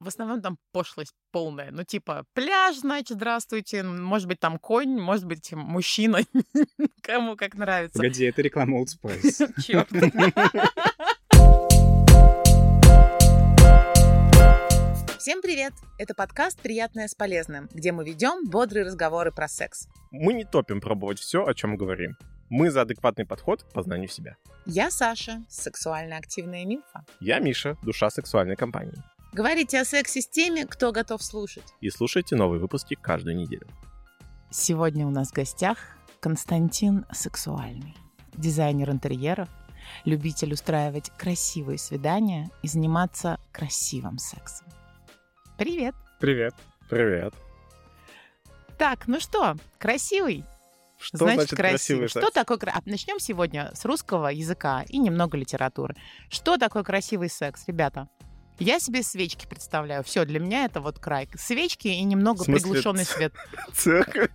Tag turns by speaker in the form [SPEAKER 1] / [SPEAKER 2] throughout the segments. [SPEAKER 1] В основном там пошлость полная. Ну, типа, пляж, значит, здравствуйте. Может быть, там конь, может быть, мужчина. Кому как нравится.
[SPEAKER 2] Погоди, это реклама Old Spice.
[SPEAKER 1] Черт. Всем привет! Это подкаст «Приятное с полезным», где мы ведем бодрые разговоры про секс.
[SPEAKER 3] Мы не топим пробовать все, о чем говорим. Мы за адекватный подход к познанию себя.
[SPEAKER 1] Я Саша, сексуально активная милфа.
[SPEAKER 3] Я Миша, душа сексуальной компании.
[SPEAKER 1] Говорите о сексе с теми, кто готов слушать.
[SPEAKER 3] И слушайте новые выпуски каждую неделю.
[SPEAKER 1] Сегодня у нас в гостях Константин Сексуальный, дизайнер интерьеров, любитель устраивать красивые свидания и заниматься красивым сексом. Привет!
[SPEAKER 2] Привет.
[SPEAKER 3] Привет.
[SPEAKER 1] Так, ну что, красивый?
[SPEAKER 3] Что значит красивый
[SPEAKER 1] Что
[SPEAKER 3] секс?
[SPEAKER 1] такое кра- а, Начнем сегодня с русского языка и немного литературы. Что такое красивый секс, ребята? Я себе свечки представляю. Все, для меня это вот край. Свечки и немного
[SPEAKER 3] В смысле,
[SPEAKER 1] приглушенный свет.
[SPEAKER 3] Цирк?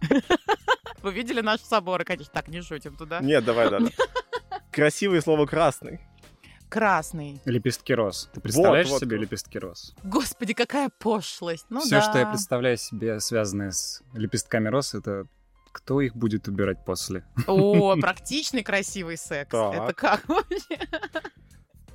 [SPEAKER 1] Вы видели наши соборы, конечно. Так, не шутим туда.
[SPEAKER 3] Нет, давай, да. Красивое слово красный.
[SPEAKER 1] Красный.
[SPEAKER 2] Лепестки роз. Ты представляешь
[SPEAKER 3] вот.
[SPEAKER 2] себе лепестки роз?
[SPEAKER 1] Господи, какая пошлость. Ну
[SPEAKER 2] Все,
[SPEAKER 1] да.
[SPEAKER 2] что я представляю себе, связанное с лепестками роз, это кто их будет убирать после.
[SPEAKER 1] О, практичный красивый секс.
[SPEAKER 3] Так.
[SPEAKER 1] Это как вообще?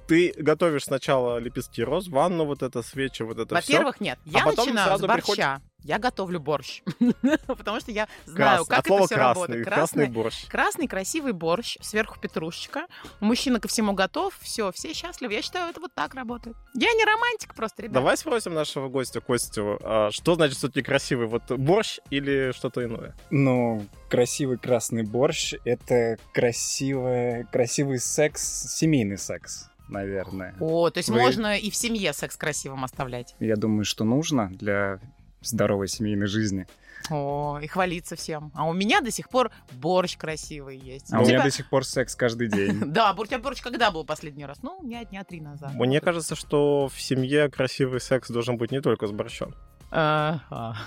[SPEAKER 3] Ты готовишь сначала лепестки роз, ванну, вот это, свечи, вот это все.
[SPEAKER 1] Во-первых, нет. Я
[SPEAKER 3] потом
[SPEAKER 1] начинаю с
[SPEAKER 3] сразу
[SPEAKER 1] борща.
[SPEAKER 3] приходит-
[SPEAKER 1] Я готовлю борщ. Потому что я знаю, как
[SPEAKER 3] от слова
[SPEAKER 1] это все
[SPEAKER 3] а красный,
[SPEAKER 1] работает.
[SPEAKER 3] красный
[SPEAKER 1] Красный
[SPEAKER 3] борщ.
[SPEAKER 1] Красный красивый борщ, сверху петрушечка. Мужчина ко всему готов, все, все счастливы. Я считаю, это вот так работает. Я не романтик просто, ребят.
[SPEAKER 3] Давай спросим нашего гостя Костю, а что значит все-таки красивый? Вот борщ или что-то иное?
[SPEAKER 4] Ну, красивый красный борщ — это красивое, красивый секс, семейный секс, наверное.
[SPEAKER 1] О, то есть
[SPEAKER 4] Вы-
[SPEAKER 1] можно и в семье секс красивым оставлять.
[SPEAKER 2] Я думаю, что нужно для здоровой семейной жизни.
[SPEAKER 1] О, и хвалиться всем. А у меня до сих пор борщ красивый есть. Типа
[SPEAKER 2] А у
[SPEAKER 1] У
[SPEAKER 2] меня
[SPEAKER 1] тебя-
[SPEAKER 2] до сих пор секс каждый день.
[SPEAKER 1] Да, бор- у тебя борщ когда был последний раз? Ну, у меня дня три назад.
[SPEAKER 3] Мне кажется, что в семье красивый секс должен быть не только с борщом.
[SPEAKER 1] Ага.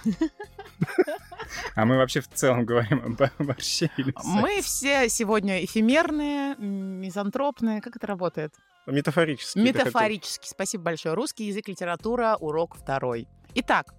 [SPEAKER 2] А мы вообще в целом говорим об об борще или сексе.
[SPEAKER 1] Мы все сегодня эфемерные, м, мизантропные. Как это работает?
[SPEAKER 3] Метафорически. ты хотел-
[SPEAKER 1] Метафорически. Спасибо большое. Русский язык, литература, урок второй. Итак,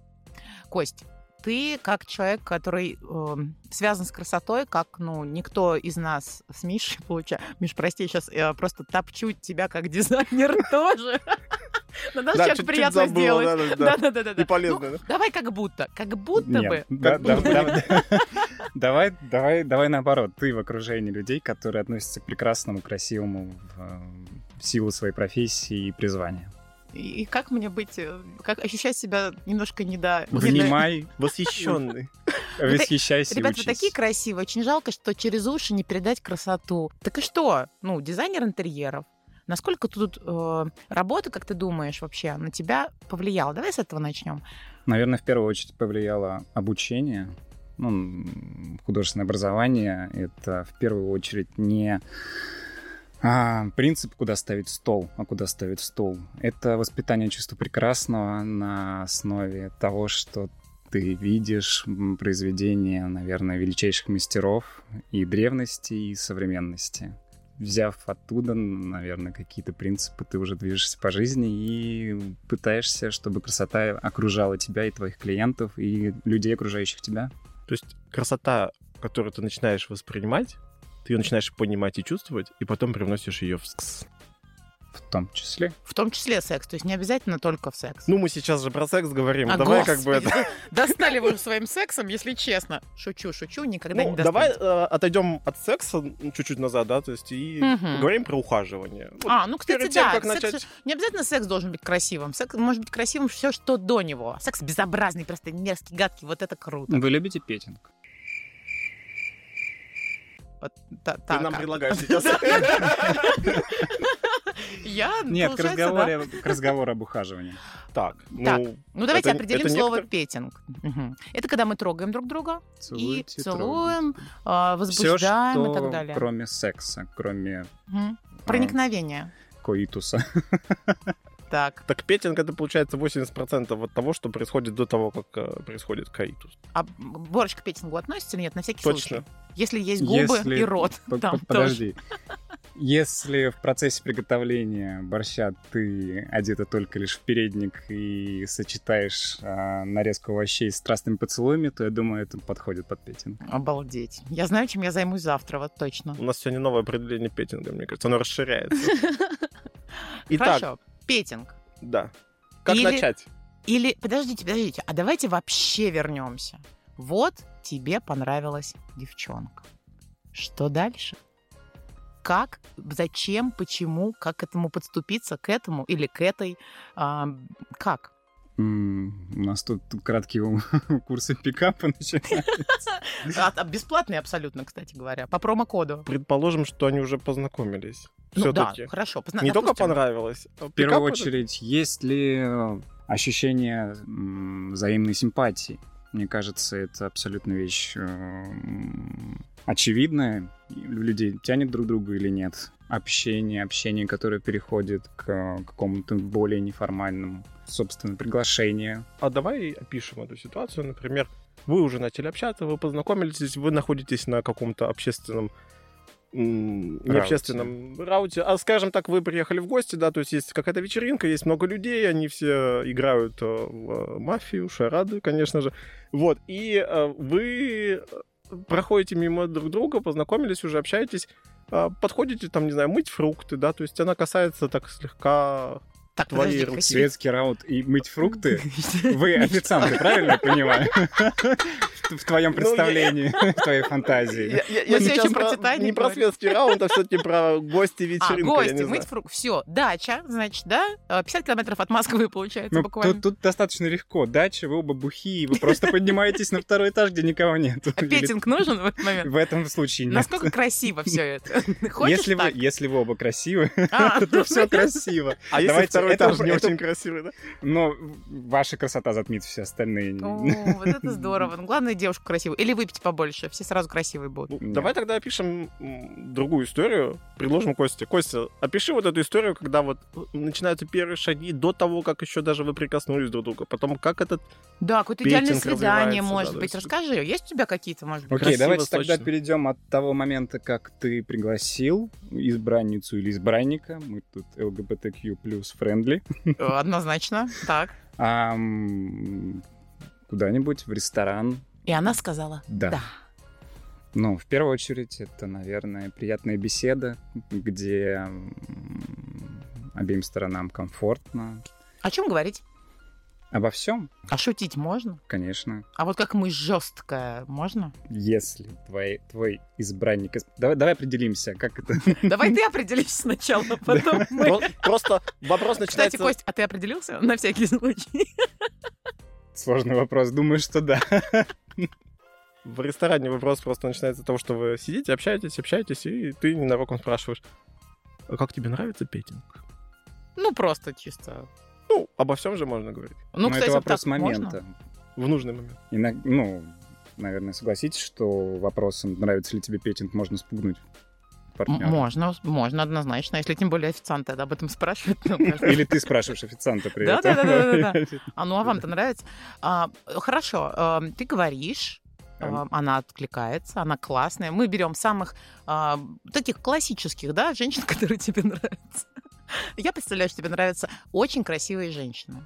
[SPEAKER 1] Кость, ты как человек, который эм, связан с красотой, как, ну, никто из нас с Мишей, получается. Миш, прости, сейчас просто топчу тебя как дизайнер тоже. Но даже
[SPEAKER 3] Да,
[SPEAKER 1] человек
[SPEAKER 3] чуть-чуть
[SPEAKER 1] Ну, приятно
[SPEAKER 3] забыла,
[SPEAKER 1] сделать.
[SPEAKER 3] да, да,
[SPEAKER 1] Да,
[SPEAKER 3] да.
[SPEAKER 1] да, да, Ну, да.
[SPEAKER 3] И полезно, да?
[SPEAKER 1] Давай как будто, как будто бы.
[SPEAKER 2] Нет, да-
[SPEAKER 3] Как
[SPEAKER 2] да-
[SPEAKER 3] будто
[SPEAKER 2] да- Давай, давай, давай наоборот. Ты в окружении людей, которые относятся к прекрасному, красивому в, э, в силу своей профессии и призвания.
[SPEAKER 1] И и как мне быть, э, как ощущать себя немножко недо... недо-
[SPEAKER 2] Внимай,
[SPEAKER 3] Восхищенный.
[SPEAKER 2] восхищайся, и
[SPEAKER 1] Ребята, вы
[SPEAKER 2] учись.
[SPEAKER 1] такие красивые. Очень жалко, что через уши не передать красоту. Так и что? Ну, дизайнер интерьеров. Насколько тут э, работа, как ты думаешь, вообще на тебя повлияла? Давай с этого начнем.
[SPEAKER 2] Наверное, в первую очередь повлияло обучение, ну, м, художественное образование. Это в первую очередь не а, принцип, куда ставить стол, а куда ставить стул. Это воспитание чувства прекрасного на основе того, что ты видишь м, произведения, наверное, величайших мастеров и древности, и современности. Взяв оттуда, ну, наверное, какие-то принципы, ты уже движешься по жизни и пытаешься, чтобы красота окружала тебя и твоих клиентов, и людей, окружающих тебя.
[SPEAKER 3] То есть красота, которую ты начинаешь воспринимать, ты ее начинаешь понимать и чувствовать, и потом привносишь ее в секс.
[SPEAKER 2] В том числе.
[SPEAKER 1] В том числе секс. То есть не обязательно только в секс.
[SPEAKER 3] Ну, мы сейчас же про секс говорим.
[SPEAKER 1] А,
[SPEAKER 3] давай как бы
[SPEAKER 1] господи,
[SPEAKER 3] это...
[SPEAKER 1] Достали вы уже своим сексом, если честно. Шучу, шучу, никогда
[SPEAKER 3] Ну,
[SPEAKER 1] не
[SPEAKER 3] давай
[SPEAKER 1] достанете.
[SPEAKER 3] э, отойдем от секса ну, чуть-чуть назад, да, то есть и
[SPEAKER 1] Мгм.
[SPEAKER 3] поговорим про ухаживание. Вот
[SPEAKER 1] А, ну, кстати,
[SPEAKER 3] перед тем,
[SPEAKER 1] да.
[SPEAKER 3] как
[SPEAKER 1] секс-
[SPEAKER 3] начать-
[SPEAKER 1] Не обязательно секс должен быть красивым. Секс может быть красивым все, что до него. Секс безобразный, просто мерзкий, гадкий. Вот это круто.
[SPEAKER 2] Вы любите петинг?
[SPEAKER 1] Та-
[SPEAKER 3] Ты
[SPEAKER 1] так,
[SPEAKER 3] нам
[SPEAKER 1] а-
[SPEAKER 3] предлагаешь сейчас.
[SPEAKER 1] Я,
[SPEAKER 2] Нет, к,
[SPEAKER 1] получается, да.
[SPEAKER 2] разговоре, к разговору об ухаживании.
[SPEAKER 3] Так,
[SPEAKER 1] Так,
[SPEAKER 3] ну...
[SPEAKER 1] Ну, давайте
[SPEAKER 3] Это-
[SPEAKER 1] определим
[SPEAKER 3] это
[SPEAKER 1] слово
[SPEAKER 3] некотор-
[SPEAKER 1] петинг. Мгм. Это когда мы трогаем друг друга и
[SPEAKER 2] Целуйте,
[SPEAKER 1] целуем, а,
[SPEAKER 2] Все,
[SPEAKER 1] возбуждаем
[SPEAKER 2] что
[SPEAKER 1] и так далее.
[SPEAKER 2] кроме секса, кроме
[SPEAKER 1] Мгм.
[SPEAKER 3] А.
[SPEAKER 1] Проникновение.
[SPEAKER 2] коитуса.
[SPEAKER 1] Так.
[SPEAKER 3] Так петинг это получается 80% от того, что происходит до того, как э, происходит каитус.
[SPEAKER 1] А борщ к петингу относится или нет? На всякий
[SPEAKER 3] Точно.
[SPEAKER 1] случай. Если есть губы
[SPEAKER 2] Если-
[SPEAKER 1] и рот.
[SPEAKER 2] П-
[SPEAKER 1] там
[SPEAKER 2] п- Подожди. Если в процессе приготовления борща ты одета только лишь в передник и сочетаешь а, нарезку овощей с страстными поцелуями, то я думаю, это подходит под петинг.
[SPEAKER 1] Обалдеть. Я знаю, чем я займусь завтра, вот точно.
[SPEAKER 3] У нас сегодня новое определение петинга, мне кажется. Оно расширяется. Итак,
[SPEAKER 1] Хорошо. Петинг.
[SPEAKER 3] да. Как
[SPEAKER 1] Или-
[SPEAKER 3] начать?
[SPEAKER 1] Или, подождите, подождите, а давайте вообще вернемся. Вот тебе понравилась девчонка. Что дальше? Как, зачем, почему, как к этому подступиться, к этому или к этой? А, как?
[SPEAKER 2] М, У нас тут краткие у- курсы пикапа начинаются.
[SPEAKER 1] А, а, бесплатный абсолютно, кстати говоря, по промокоду.
[SPEAKER 3] Предположим, что они уже познакомились.
[SPEAKER 1] Ну да,
[SPEAKER 3] Все-таки.
[SPEAKER 1] хорошо. позна-
[SPEAKER 3] Не только
[SPEAKER 1] допустим.
[SPEAKER 3] понравилось. а
[SPEAKER 2] В первую
[SPEAKER 3] пикап
[SPEAKER 2] очередь, есть ли э, ощущение м, взаимной симпатии? Мне кажется, это абсолютно вещь э, м, очевидная. И Людей тянет друг друга или нет? Общение, общение, которое переходит к э, какому-то более неформальному. Собственно, приглашение.
[SPEAKER 3] А давай опишем эту ситуацию. Например, вы уже начали общаться, вы познакомились, вы находитесь на каком-то общественном м, не
[SPEAKER 2] Рауте.
[SPEAKER 3] общественном рауте. А скажем так, вы приехали в гости, да, то есть есть какая-то вечеринка, есть много людей, они все играют э, в э, мафию, шарады, конечно же. Вот, и э, вы э, проходите мимо друг друга, познакомились уже, общаетесь, э, подходите там, не знаю, мыть фрукты, да, то есть она касается так слегка...
[SPEAKER 1] Так, А,
[SPEAKER 3] твои
[SPEAKER 1] подожди,
[SPEAKER 3] руки.
[SPEAKER 1] какие-
[SPEAKER 2] Светский раут и мыть фрукты. Вы
[SPEAKER 1] Мечта.
[SPEAKER 2] официанты, правильно я понимаю? В- В твоем представлении, в твоей фантазии.
[SPEAKER 3] я,
[SPEAKER 1] Мы всё
[SPEAKER 3] сейчас
[SPEAKER 1] еще про «Титаник»
[SPEAKER 3] не про
[SPEAKER 1] говорим.
[SPEAKER 3] светский раунд, а все-таки про гости
[SPEAKER 1] А,
[SPEAKER 3] вечеринка. я
[SPEAKER 1] гости,
[SPEAKER 3] не
[SPEAKER 1] мыть
[SPEAKER 3] знаю.
[SPEAKER 1] фрукты. Все, дача, значит, да? Э, 50 километров от Москвы, получается,
[SPEAKER 2] Ну,
[SPEAKER 1] буквально.
[SPEAKER 2] тут, тут достаточно легко. Дача, вы оба бухие, вы просто поднимаетесь на второй этаж, где никого нет.
[SPEAKER 1] А петинг нужен в этот момент?
[SPEAKER 2] В этом случае нет.
[SPEAKER 1] Насколько красиво все это? Хочешь
[SPEAKER 2] если,
[SPEAKER 1] так?
[SPEAKER 2] Вы, если вы оба красивы,
[SPEAKER 1] А,
[SPEAKER 2] то все красиво.
[SPEAKER 3] А если
[SPEAKER 2] Давайте,
[SPEAKER 3] второй
[SPEAKER 2] это
[SPEAKER 3] этаж
[SPEAKER 2] уже-
[SPEAKER 3] не
[SPEAKER 2] это-
[SPEAKER 3] очень красивый, да?
[SPEAKER 2] Но ваша красота затмит все остальные.
[SPEAKER 1] О, вот это здорово. Ну, главное, девушку красивую. Или выпить побольше, все сразу красивые будут.
[SPEAKER 3] Ну,
[SPEAKER 2] Нет.
[SPEAKER 3] Давай тогда опишем м, другую историю, предложим Косте. Костя, опиши вот эту историю, когда вот начинаются первые шаги до того, как еще даже вы прикоснулись друг к другу. Потом как этот...
[SPEAKER 1] Да, какое-то идеальное
[SPEAKER 3] петинг
[SPEAKER 1] свидание,
[SPEAKER 3] развивается,
[SPEAKER 1] может
[SPEAKER 3] да,
[SPEAKER 1] быть.
[SPEAKER 3] то есть-
[SPEAKER 1] Расскажи, есть у тебя какие-то, может быть?
[SPEAKER 2] Окей,
[SPEAKER 3] Красиво,
[SPEAKER 2] давайте тогда
[SPEAKER 3] точно.
[SPEAKER 2] перейдем от того момента, как ты пригласил избранницу или избранника. Мы тут LGBTQ плюс френдли.
[SPEAKER 1] Э, Однозначно. Так.
[SPEAKER 2] ам, Куда-нибудь в ресторан.
[SPEAKER 1] И она сказала.
[SPEAKER 2] Да.
[SPEAKER 1] Да.
[SPEAKER 2] Ну, в первую очередь, это, наверное, приятная беседа, где м, обеим сторонам комфортно.
[SPEAKER 1] О чем говорить?
[SPEAKER 2] Обо всем,
[SPEAKER 1] А шутить можно?
[SPEAKER 2] конечно.
[SPEAKER 1] А вот как мы жесткая, можно?
[SPEAKER 2] Если твой, твой избранник... из- Давай, давай определимся, как это...
[SPEAKER 1] Давай ты определись сначала, потом мы.
[SPEAKER 3] Про- Просто вопрос
[SPEAKER 1] Кстати,
[SPEAKER 3] начинается...
[SPEAKER 1] Кость, а ты определился на всякий случай?
[SPEAKER 2] Сложный вопрос. Думаю, что да.
[SPEAKER 3] В ресторане вопрос просто начинается с того, что вы сидите, общаетесь, общаетесь, и ты ненароком спрашиваешь, «А как тебе нравится петинг?
[SPEAKER 1] Ну, просто чисто.
[SPEAKER 3] Ну, обо всем же можно говорить.
[SPEAKER 1] Ну,
[SPEAKER 2] Но
[SPEAKER 1] кстати,
[SPEAKER 2] это
[SPEAKER 1] вот
[SPEAKER 2] вопрос
[SPEAKER 1] так можно?
[SPEAKER 2] момента.
[SPEAKER 3] В нужный момент.
[SPEAKER 2] Иногда, ну, наверное, согласитесь, что вопросом, нравится ли тебе петинг, можно спугнуть
[SPEAKER 1] М-
[SPEAKER 2] партнера.
[SPEAKER 1] Можно, можно однозначно, если тем более официант тогда об этом спрашивает. ну, кажется.
[SPEAKER 2] Или ты спрашиваешь официанта при этом.
[SPEAKER 1] Да-да-да-да-да-да. А ну а вам-то нравится? А, Хорошо, эм, ты говоришь.
[SPEAKER 2] Эм.
[SPEAKER 1] эм, Она откликается, она классная. Мы берем самых а, таких классических, да, женщин, которые тебе нравятся. Я представляю, что тебе нравятся очень красивые женщины.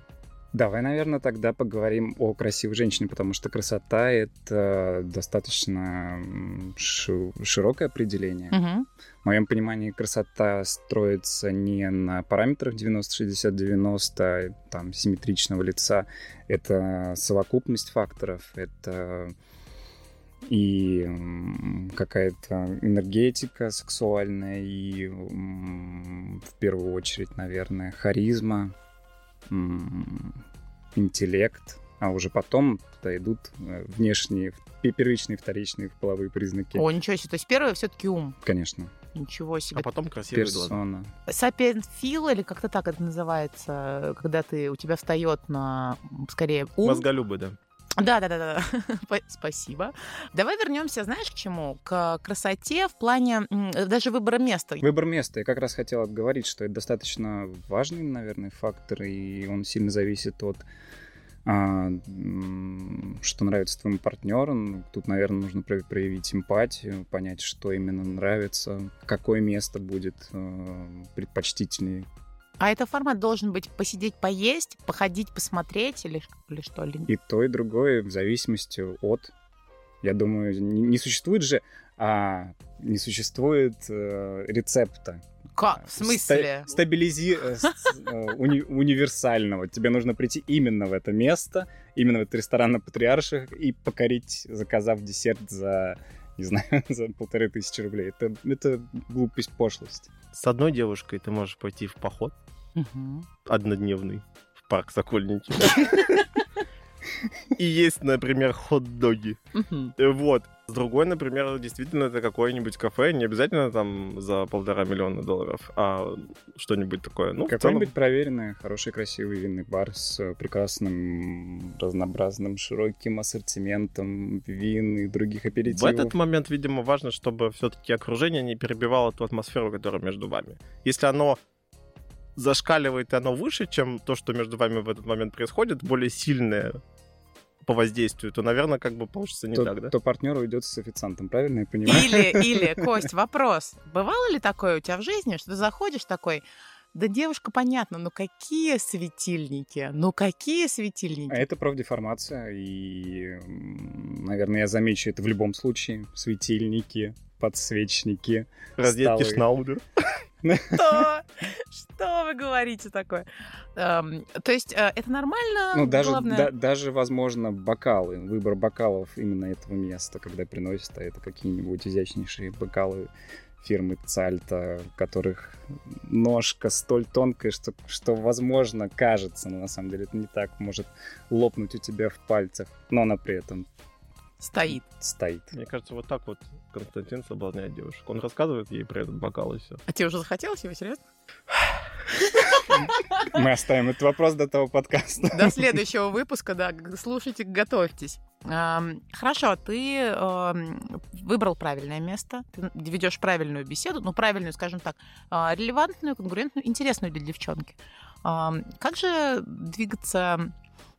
[SPEAKER 2] Давай, наверное, тогда поговорим о красивой женщине, потому что красота — это достаточно м, шу- широкое определение.
[SPEAKER 1] Мгм.
[SPEAKER 2] В моем понимании красота строится не на параметрах 90-60-90, там, симметричного лица. Это совокупность факторов, это и м, какая-то энергетика сексуальная, и м, в первую очередь, наверное, харизма, м, интеллект, а уже потом подойдут э, внешние, пе- первичные, вторичные половые признаки,
[SPEAKER 1] О, ничего себе. То есть первое все-таки ум.
[SPEAKER 2] конечно.
[SPEAKER 1] Ничего себе.
[SPEAKER 3] А потом красивые глаза.
[SPEAKER 2] Персона.
[SPEAKER 1] Сапиенфил, или как-то так это называется, когда ты, у тебя встает на, м, скорее, ум.
[SPEAKER 3] Мозголюбы, да.
[SPEAKER 1] Да, да, да, да, да. Спасибо. Давай вернемся, знаешь, к чему? К красоте в плане м, даже выбора места.
[SPEAKER 2] Выбор места. Я как раз хотел отговорить, что это достаточно важный, наверное, фактор, и он сильно зависит от а, м, что нравится твоему партнеру. Ну, Тут, наверное, нужно про- проявить эмпатию, понять, что именно нравится, какое место будет э, предпочтительнее.
[SPEAKER 1] А это формат должен быть посидеть, поесть, походить, посмотреть или, или что? Или...
[SPEAKER 2] И то, и другое в зависимости от... Я думаю, не, не существует же... а, не существует э, рецепта.
[SPEAKER 1] Как? А, В смысле?
[SPEAKER 2] Ста- стабилизи... э, с- э, уни- универсального. Тебе нужно прийти именно в это место, именно в этот ресторан на Патриарших и покорить, заказав десерт за, не знаю, за полторы тысячи рублей. Это, это глупость, пошлость.
[SPEAKER 3] С одной девушкой ты можешь пойти в поход
[SPEAKER 1] Мгм.
[SPEAKER 3] однодневный в парк Сокольники. И есть, например, хот-доги.
[SPEAKER 1] Мгм.
[SPEAKER 3] Э, Вот. С другой, например, действительно, это какое-нибудь кафе, не обязательно там за полтора миллиона долларов, а что-нибудь такое. Ну, в целом,
[SPEAKER 2] Какой-нибудь проверенный, хороший, красивый винный бар с э, прекрасным, разнообразным, широким ассортиментом вин и других
[SPEAKER 3] в
[SPEAKER 2] аперитивов.
[SPEAKER 3] этот момент, видимо, важно, чтобы все-таки окружение не перебивало ту атмосферу, которая между вами. Если оно зашкаливает, и оно выше, чем то, что между вами в этот момент происходит, более сильное по воздействию, то, наверное, как бы получится не
[SPEAKER 2] то,
[SPEAKER 3] так, да?
[SPEAKER 2] то партнер уйдет с официантом, правильно я понимаю?
[SPEAKER 1] Или, или, Кость, вопрос. Бывало ли такое у тебя в жизни, что ты заходишь такой, да девушка, понятно, ну какие светильники, ну какие
[SPEAKER 2] А
[SPEAKER 1] светильники?
[SPEAKER 2] Это профдеформация, и, м, наверное, я замечу это в любом случае. Светильники, подсвечники.
[SPEAKER 3] Разъедки
[SPEAKER 2] Столы.
[SPEAKER 3] Шнаудер.
[SPEAKER 1] Что? Что вы говорите такое? Эм, То есть э, это нормально?
[SPEAKER 2] Ну, даже,
[SPEAKER 1] главное?
[SPEAKER 2] да- даже, возможно, бокалы. Выбор бокалов именно этого места, когда приносят, а это какие-нибудь изящнейшие бокалы фирмы Цальта, у которых ножка столь тонкая, что, что, возможно, кажется, но на самом деле это не так, может лопнуть у тебя в пальцах, но она при этом
[SPEAKER 1] Стоит.
[SPEAKER 2] стоит.
[SPEAKER 3] Мне кажется, вот так вот Константин соблазняет девушек. Он рассказывает ей про этот бокал и все.
[SPEAKER 1] А тебе уже захотелось его, серьезно?
[SPEAKER 2] Мы оставим этот вопрос до того подкаста.
[SPEAKER 1] До следующего выпуска, да. г- Слушайте, готовьтесь. Ам, Хорошо, а ты эм, выбрал правильное место, ты ведешь правильную беседу, ну, правильную, скажем так, а, релевантную, конкурентную, интересную для девчонки. Ам, Как же двигаться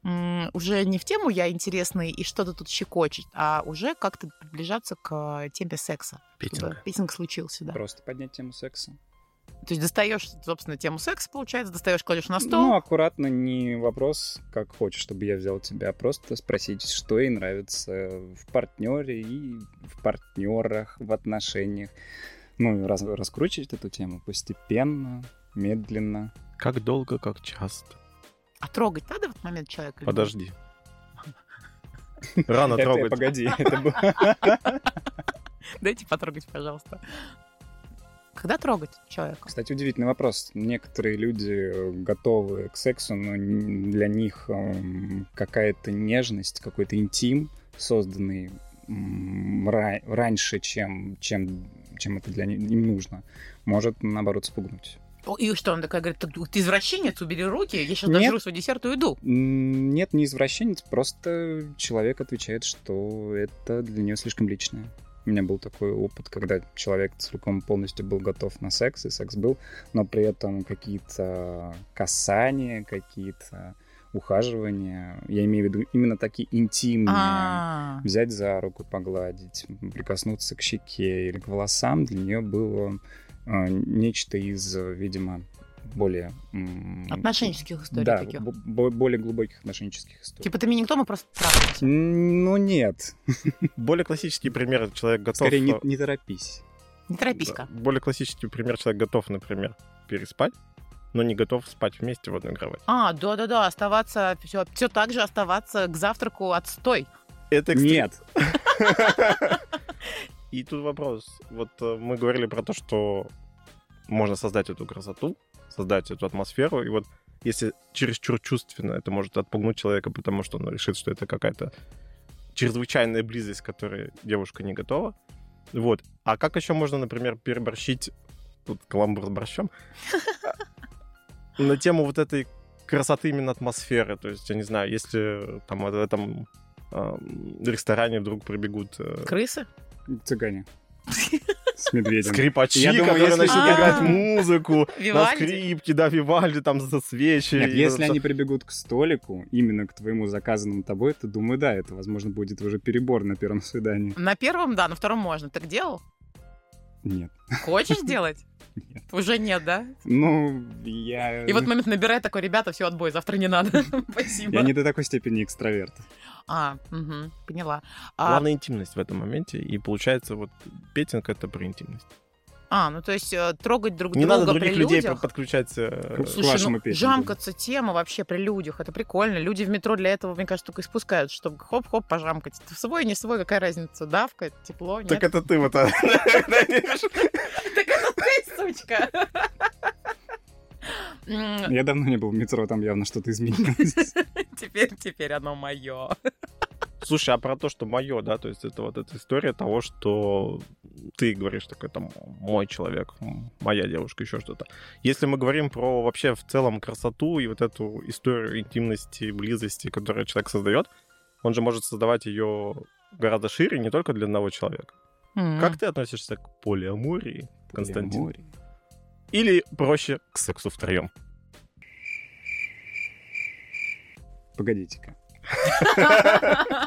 [SPEAKER 1] м, уже не в тему «я интересный» и что-то тут щекочет, а уже как-то приближаться к э, теме секса? чтобы Петинг случился, да.
[SPEAKER 2] Просто поднять тему секса.
[SPEAKER 1] То есть достаешь, собственно, тему секса, получается, достаешь, кладешь на А стол.
[SPEAKER 2] Ну, аккуратно, не вопрос, как хочешь, чтобы я взял тебя, а просто спросить, что ей нравится в партнере и в партнерах, в отношениях. Ну, и раз- раскручивать эту тему постепенно, медленно.
[SPEAKER 3] Как долго, как часто.
[SPEAKER 1] А трогать надо в этот момент человека? или нет?
[SPEAKER 3] Подожди. Рано
[SPEAKER 2] Это,
[SPEAKER 3] трогать.
[SPEAKER 2] погоди, это был-
[SPEAKER 1] Дайте потрогать, пожалуйста. Когда трогать человека?
[SPEAKER 2] Кстати, удивительный вопрос. Некоторые люди э, готовы к сексу, но н- для них эм, какая-то нежность, какой-то интим, созданный м, ра- раньше, чем, чем, чем это для них им нужно, может, наоборот, спугнуть.
[SPEAKER 1] О, И что, он такая говорит, «Так ты извращенец, убери руки, я сейчас
[SPEAKER 2] Нет.
[SPEAKER 1] дожру свой десерт и уйду.
[SPEAKER 2] М, Нет, не извращенец, просто человек отвечает, что это для нее слишком личное. У меня был такой опыт, когда человек целиком полностью был готов на секс, и секс был, но при этом какие-то касания, какие-то ухаживания, я имею в виду именно такие интимные,
[SPEAKER 1] А,
[SPEAKER 2] взять за руку, погладить, м, прикоснуться к щеке или к волосам, для нее было э, нечто из, э, видимо, более... м,
[SPEAKER 1] Отношенческих историй
[SPEAKER 2] да,
[SPEAKER 1] таких.
[SPEAKER 2] бо- бо- более глубоких отношенческих историй.
[SPEAKER 1] Типа ты меня никто, мы просто трахаемся.
[SPEAKER 2] М, Ну нет,
[SPEAKER 3] Более классический пример человек готов...
[SPEAKER 2] скорее не,
[SPEAKER 3] э,
[SPEAKER 2] не торопись.
[SPEAKER 1] Не торопись-ка.
[SPEAKER 3] да, Более классический пример человек готов, например, переспать, но не готов спать вместе в одной кровати.
[SPEAKER 1] А, да-да-да, оставаться, все, все так же оставаться к завтраку отстой.
[SPEAKER 3] Это экстрим.
[SPEAKER 2] Нет,
[SPEAKER 3] И тут вопрос. Вот э, мы говорили про то, что можно создать эту красоту, создать эту атмосферу, и вот если чересчур чувственно, это может отпугнуть человека, потому что он решит, что это какая-то чрезвычайная близость, к которой девушка не готова. Вот. А как еще можно, например, переборщить... Тут каламбур с борщом. На тему вот этой красоты именно атмосферы. То есть, я не знаю, если там вот в этом эм, ресторане вдруг прибегут э,
[SPEAKER 1] Крысы?
[SPEAKER 2] цыгане. с медведем.
[SPEAKER 3] Скрипачи,
[SPEAKER 4] Я думаю,
[SPEAKER 3] которые
[SPEAKER 4] если-
[SPEAKER 3] начнут
[SPEAKER 1] А.
[SPEAKER 3] играть музыку на
[SPEAKER 1] Вивальди?
[SPEAKER 3] скрипке, да, Вивальди, там, за свечи. и
[SPEAKER 2] Нет,
[SPEAKER 3] вот
[SPEAKER 2] если
[SPEAKER 3] это
[SPEAKER 2] они прибегут к столику, именно к твоему заказанному тобой, то, думаю, да, это, возможно, будет уже перебор на первом свидании.
[SPEAKER 1] На первом, да, на втором можно. Так делал?
[SPEAKER 2] Нет.
[SPEAKER 1] Хочешь делать?
[SPEAKER 2] Нет.
[SPEAKER 1] Уже нет, да?
[SPEAKER 2] Ну, я...
[SPEAKER 1] И
[SPEAKER 3] Э,
[SPEAKER 1] вот момент набирает такой, ребята, все, отбой, завтра не надо. Спасибо.
[SPEAKER 2] Я не до такой степени экстраверт.
[SPEAKER 1] А, мгм, поняла.
[SPEAKER 3] всё.
[SPEAKER 1] А,
[SPEAKER 3] Главное интимность в этом моменте. И получается, вот петинг это про интимность.
[SPEAKER 1] а, ну то есть э, трогать друг
[SPEAKER 3] Не
[SPEAKER 1] друга
[SPEAKER 3] надо других
[SPEAKER 1] при
[SPEAKER 3] людей
[SPEAKER 1] людях.
[SPEAKER 3] подключать. э,
[SPEAKER 2] Круто.
[SPEAKER 1] Слушай,
[SPEAKER 2] вашему
[SPEAKER 1] ну,
[SPEAKER 2] петингу.
[SPEAKER 1] жамкаться тема вообще при людях, это прикольно. Люди в метро для этого, мне кажется, только и спускают, чтобы хоп-хоп пожамкать. Ты свой, не свой, какая разница, давка, тепло, нет.
[SPEAKER 3] Так э, это ты вот... а,
[SPEAKER 1] Так это ты, сучка! М,
[SPEAKER 2] Я давно не был в метро, там явно что-то изменилось.
[SPEAKER 1] Теперь, теперь оно мое.
[SPEAKER 3] Слушай, а про то, что мое, да, то есть это вот эта история того, что ты говоришь, так это мой человек, м, моя девушка, еще что-то. Если мы говорим про вообще в целом красоту и вот эту историю интимности, близости, которую человек создает, он же может создавать ее гораздо шире, не только для одного человека. Как ты относишься к полиамории, Константин?
[SPEAKER 2] Море.
[SPEAKER 3] Или проще к сексу втроем?
[SPEAKER 2] Погодите-ка.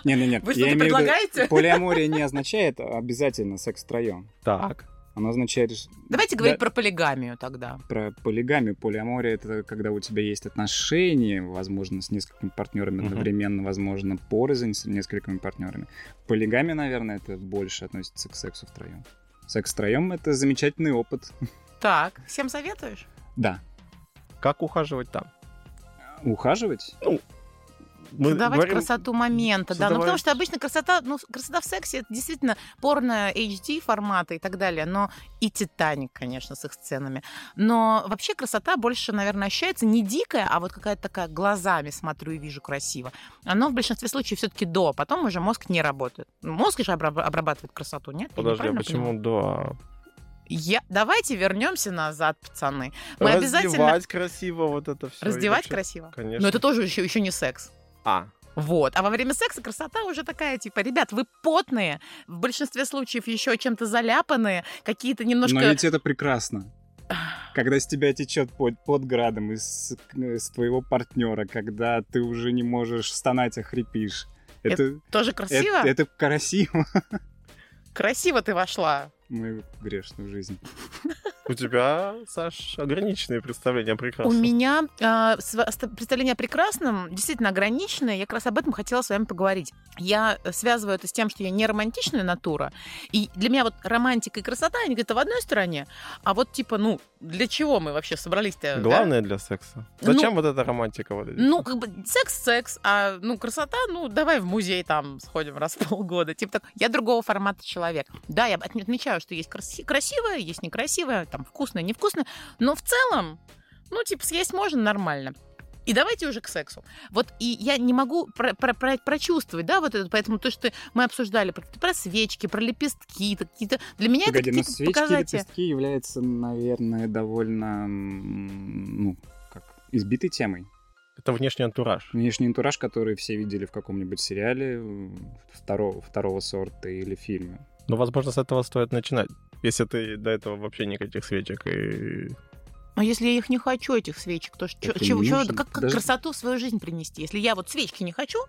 [SPEAKER 2] Не-не-не.
[SPEAKER 1] Вы
[SPEAKER 2] я
[SPEAKER 1] что-то
[SPEAKER 2] имею в виду,
[SPEAKER 1] предлагаете?
[SPEAKER 2] Полиамория не означает обязательно секс втроем.
[SPEAKER 3] Так.
[SPEAKER 2] Оно означает ш-
[SPEAKER 1] Давайте
[SPEAKER 2] Да.
[SPEAKER 1] говорить про полигамию тогда.
[SPEAKER 2] про полигамию. Полиамория — это когда у тебя есть отношения, возможно, с несколькими партнерами
[SPEAKER 3] Мгм.
[SPEAKER 2] одновременно, возможно, порознь с несколькими партнерами. Полигамия, наверное, это больше относится к сексу втроем. Секс втроем — это замечательный опыт.
[SPEAKER 1] Так, всем советуешь?
[SPEAKER 2] Да.
[SPEAKER 3] Как ухаживать там?
[SPEAKER 2] Ухаживать?
[SPEAKER 3] Мы
[SPEAKER 1] создавать
[SPEAKER 3] говорим-
[SPEAKER 1] красоту момента, да. Ну, потому
[SPEAKER 3] создавать-
[SPEAKER 1] что обычно красота, ну, красота в сексе, это действительно порно HD форматы и так далее, но и Титаник, конечно, с их сценами. Но вообще красота больше, наверное, ощущается не дикая, а вот какая-то такая глазами смотрю и вижу красиво. Оно в большинстве случаев все-таки до, потом уже мозг не работает. Мозг же обра- обрабатывает красоту, нет? Я
[SPEAKER 3] Подожди, а
[SPEAKER 1] неправильно понимаю?
[SPEAKER 3] почему да?
[SPEAKER 1] Я... Давайте вернемся назад, пацаны. Мы обязательно...
[SPEAKER 3] Раздевать красиво вот это все.
[SPEAKER 1] Раздевать красиво?
[SPEAKER 3] Конечно.
[SPEAKER 1] Но это тоже еще, еще не секс.
[SPEAKER 3] А,
[SPEAKER 1] Вот. А во время секса красота уже такая, типа, ребят, вы потные, в большинстве случаев еще чем-то заляпанные, какие-то немножко...
[SPEAKER 2] Но ведь это прекрасно. Когда с тебя течет под, градом из, с твоего партнера, когда ты уже не можешь стонать, а хрипишь. Это,
[SPEAKER 1] Тоже
[SPEAKER 2] это,
[SPEAKER 1] красиво?
[SPEAKER 2] это красиво.
[SPEAKER 1] Красиво ты вошла.
[SPEAKER 2] Мою грешную жизнь.
[SPEAKER 3] у тебя, Саш, ограниченные представления прекрасно.
[SPEAKER 1] У меня а, св- ст- представление о прекрасном действительно ограниченное. Я как раз об этом хотела с вами поговорить. Я э, связываю это с тем, что я не романтичная натура. И для меня вот романтика и красота, они где-то в одной стороне. А вот типа, ну, для чего мы вообще собрались-то? да?
[SPEAKER 3] Главное для секса.
[SPEAKER 1] Ну-
[SPEAKER 3] Зачем вот эта романтика? Вот эта?
[SPEAKER 1] Ну, как бы секс-секс, а ну красота, ну давай в музей там сходим раз в полгода. Типа так, я другого формата человек. Да, я отме- отмечаю, что есть краси- красивое, есть некрасивое, там вкусное, невкусное, но в целом, ну, типа, съесть можно нормально. И давайте уже к сексу. Вот и я не могу про- про- про- прочувствовать, да, вот это, поэтому то, что мы обсуждали про, про свечки, про лепестки, это какие-то для меня это
[SPEAKER 2] Погоди, но
[SPEAKER 1] какие-то
[SPEAKER 2] свечки
[SPEAKER 1] показатели.
[SPEAKER 2] лепестки являются, наверное, довольно, м, ну, как, избитой темой. Ну,
[SPEAKER 3] Это внешний антураж.
[SPEAKER 2] Внешний антураж, который все видели в каком-нибудь сериале м, второго, второго сорта или фильме.
[SPEAKER 3] Ну, возможно, с этого стоит начинать. Если ты до этого вообще никаких свечек и...
[SPEAKER 1] А если я их не хочу, этих свечек, то что,
[SPEAKER 2] Это
[SPEAKER 1] чего,
[SPEAKER 2] не
[SPEAKER 1] чего-
[SPEAKER 2] нужно.
[SPEAKER 1] как, как
[SPEAKER 2] Даже-
[SPEAKER 1] красоту в свою жизнь принести? Если я вот свечки не хочу,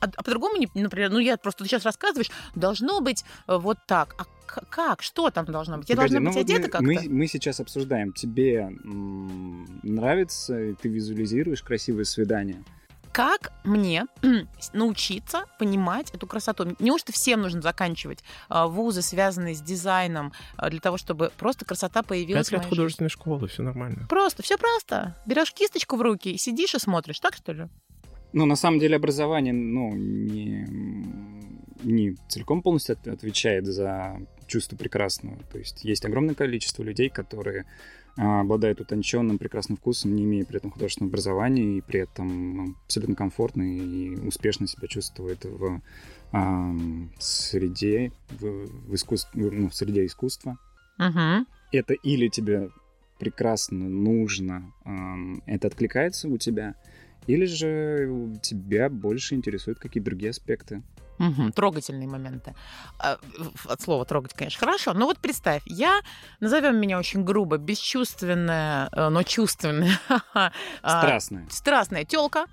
[SPEAKER 1] а, а по-другому, не, например, ну я просто ты сейчас рассказываешь, должно быть э, вот так. А к- как? Что там должно быть? Я
[SPEAKER 2] Погоди,
[SPEAKER 1] должна
[SPEAKER 2] ну
[SPEAKER 1] быть
[SPEAKER 2] вот мы-
[SPEAKER 1] одета как-то?
[SPEAKER 2] мы, мы сейчас обсуждаем, тебе м, нравится, и ты визуализируешь красивые свидания.
[SPEAKER 1] Как мне научиться понимать эту красоту? Неужто всем нужно заканчивать э, вузы, связанные с дизайном, э, для того, чтобы просто красота появилась
[SPEAKER 3] Пять
[SPEAKER 1] в
[SPEAKER 3] лет
[SPEAKER 1] моей жизни?
[SPEAKER 3] художественной школы, все нормально.
[SPEAKER 1] Просто, все просто. Берешь кисточку в руки и сидишь и смотришь, так что ли?
[SPEAKER 2] Ну, на самом деле образование, ну, не, м, не целиком полностью от- отвечает за чувство прекрасного. То есть есть огромное количество людей, которые а, обладают утонченным, прекрасным вкусом, не имея при этом художественного образования, и при этом ну, абсолютно комфортно и успешно себя чувствуют в ам, среде, в, в искусств- ну, в среде искусства.
[SPEAKER 1] Мгм.
[SPEAKER 2] это или тебе прекрасно нужно, эм, это откликается у тебя, или же у тебя больше интересуют какие-то другие аспекты.
[SPEAKER 1] Мгм, трогательные моменты. А, в- От слова трогать, конечно, хорошо. Но вот представь, я, назовем меня очень грубо, бесчувственная, э, но чувственная. а,
[SPEAKER 5] Страстное.
[SPEAKER 1] страстная телка.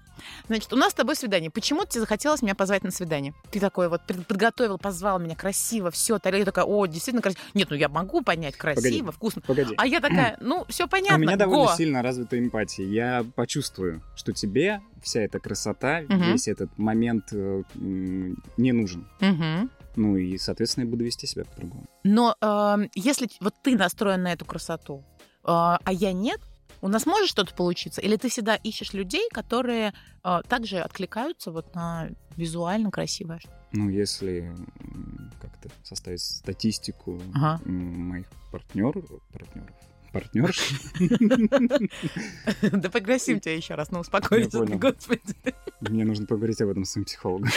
[SPEAKER 1] Значит, у нас с тобой свидание. Почему тебе захотелось меня позвать на свидание? Ты такой вот пред- подготовил, позвал меня красиво, все. Я такая, о, действительно красиво. Нет, ну я могу понять, красиво,
[SPEAKER 5] Погоди.
[SPEAKER 1] вкусно.
[SPEAKER 5] Погоди.
[SPEAKER 1] А я такая, ну, все понятно.
[SPEAKER 5] У меня довольно
[SPEAKER 1] го.
[SPEAKER 5] сильно развита эмпатия. Я почувствую, что тебе вся эта красота,
[SPEAKER 1] Мгм.
[SPEAKER 5] весь этот момент э, м, не нужен.
[SPEAKER 1] Мгм.
[SPEAKER 5] Ну и, соответственно, я буду вести себя по-другому.
[SPEAKER 1] Но эм, если т- вот ты настроен на эту красоту, э, а я нет, у нас может что-то получиться? Или ты всегда ищешь людей, которые э, также откликаются вот на визуально красивое? что-
[SPEAKER 5] Ну, если м, как-то составить статистику
[SPEAKER 1] Ага.
[SPEAKER 5] м, моих партнеров, партнеров, партнерш,
[SPEAKER 1] Да пригласим тебя еще раз, ну успокойся,
[SPEAKER 5] Я понял.
[SPEAKER 1] господи.
[SPEAKER 5] мне нужно поговорить об этом с своим психологом.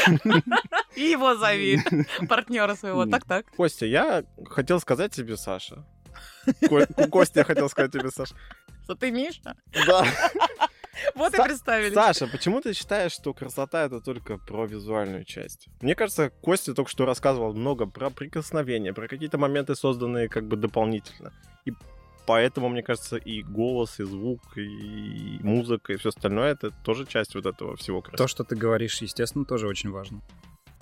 [SPEAKER 1] И его зови, партнера своего.
[SPEAKER 5] Нет.
[SPEAKER 1] Так-так.
[SPEAKER 3] Костя, я хотел сказать тебе, Саша. Ко- Костя, я хотел сказать тебе, Саша.
[SPEAKER 1] Что ты Миша?
[SPEAKER 3] Да.
[SPEAKER 1] Вот и
[SPEAKER 3] Са-
[SPEAKER 1] представились.
[SPEAKER 3] Саша, почему ты считаешь, что красота это только про визуальную часть? Мне кажется, Костя только что рассказывал много про прикосновения, про какие-то моменты, созданные как бы дополнительно. И поэтому, мне кажется, и голос, и звук, и музыка, и все остальное это тоже часть вот этого всего
[SPEAKER 2] То,
[SPEAKER 3] красоты.
[SPEAKER 2] что ты говоришь, естественно, тоже очень важно.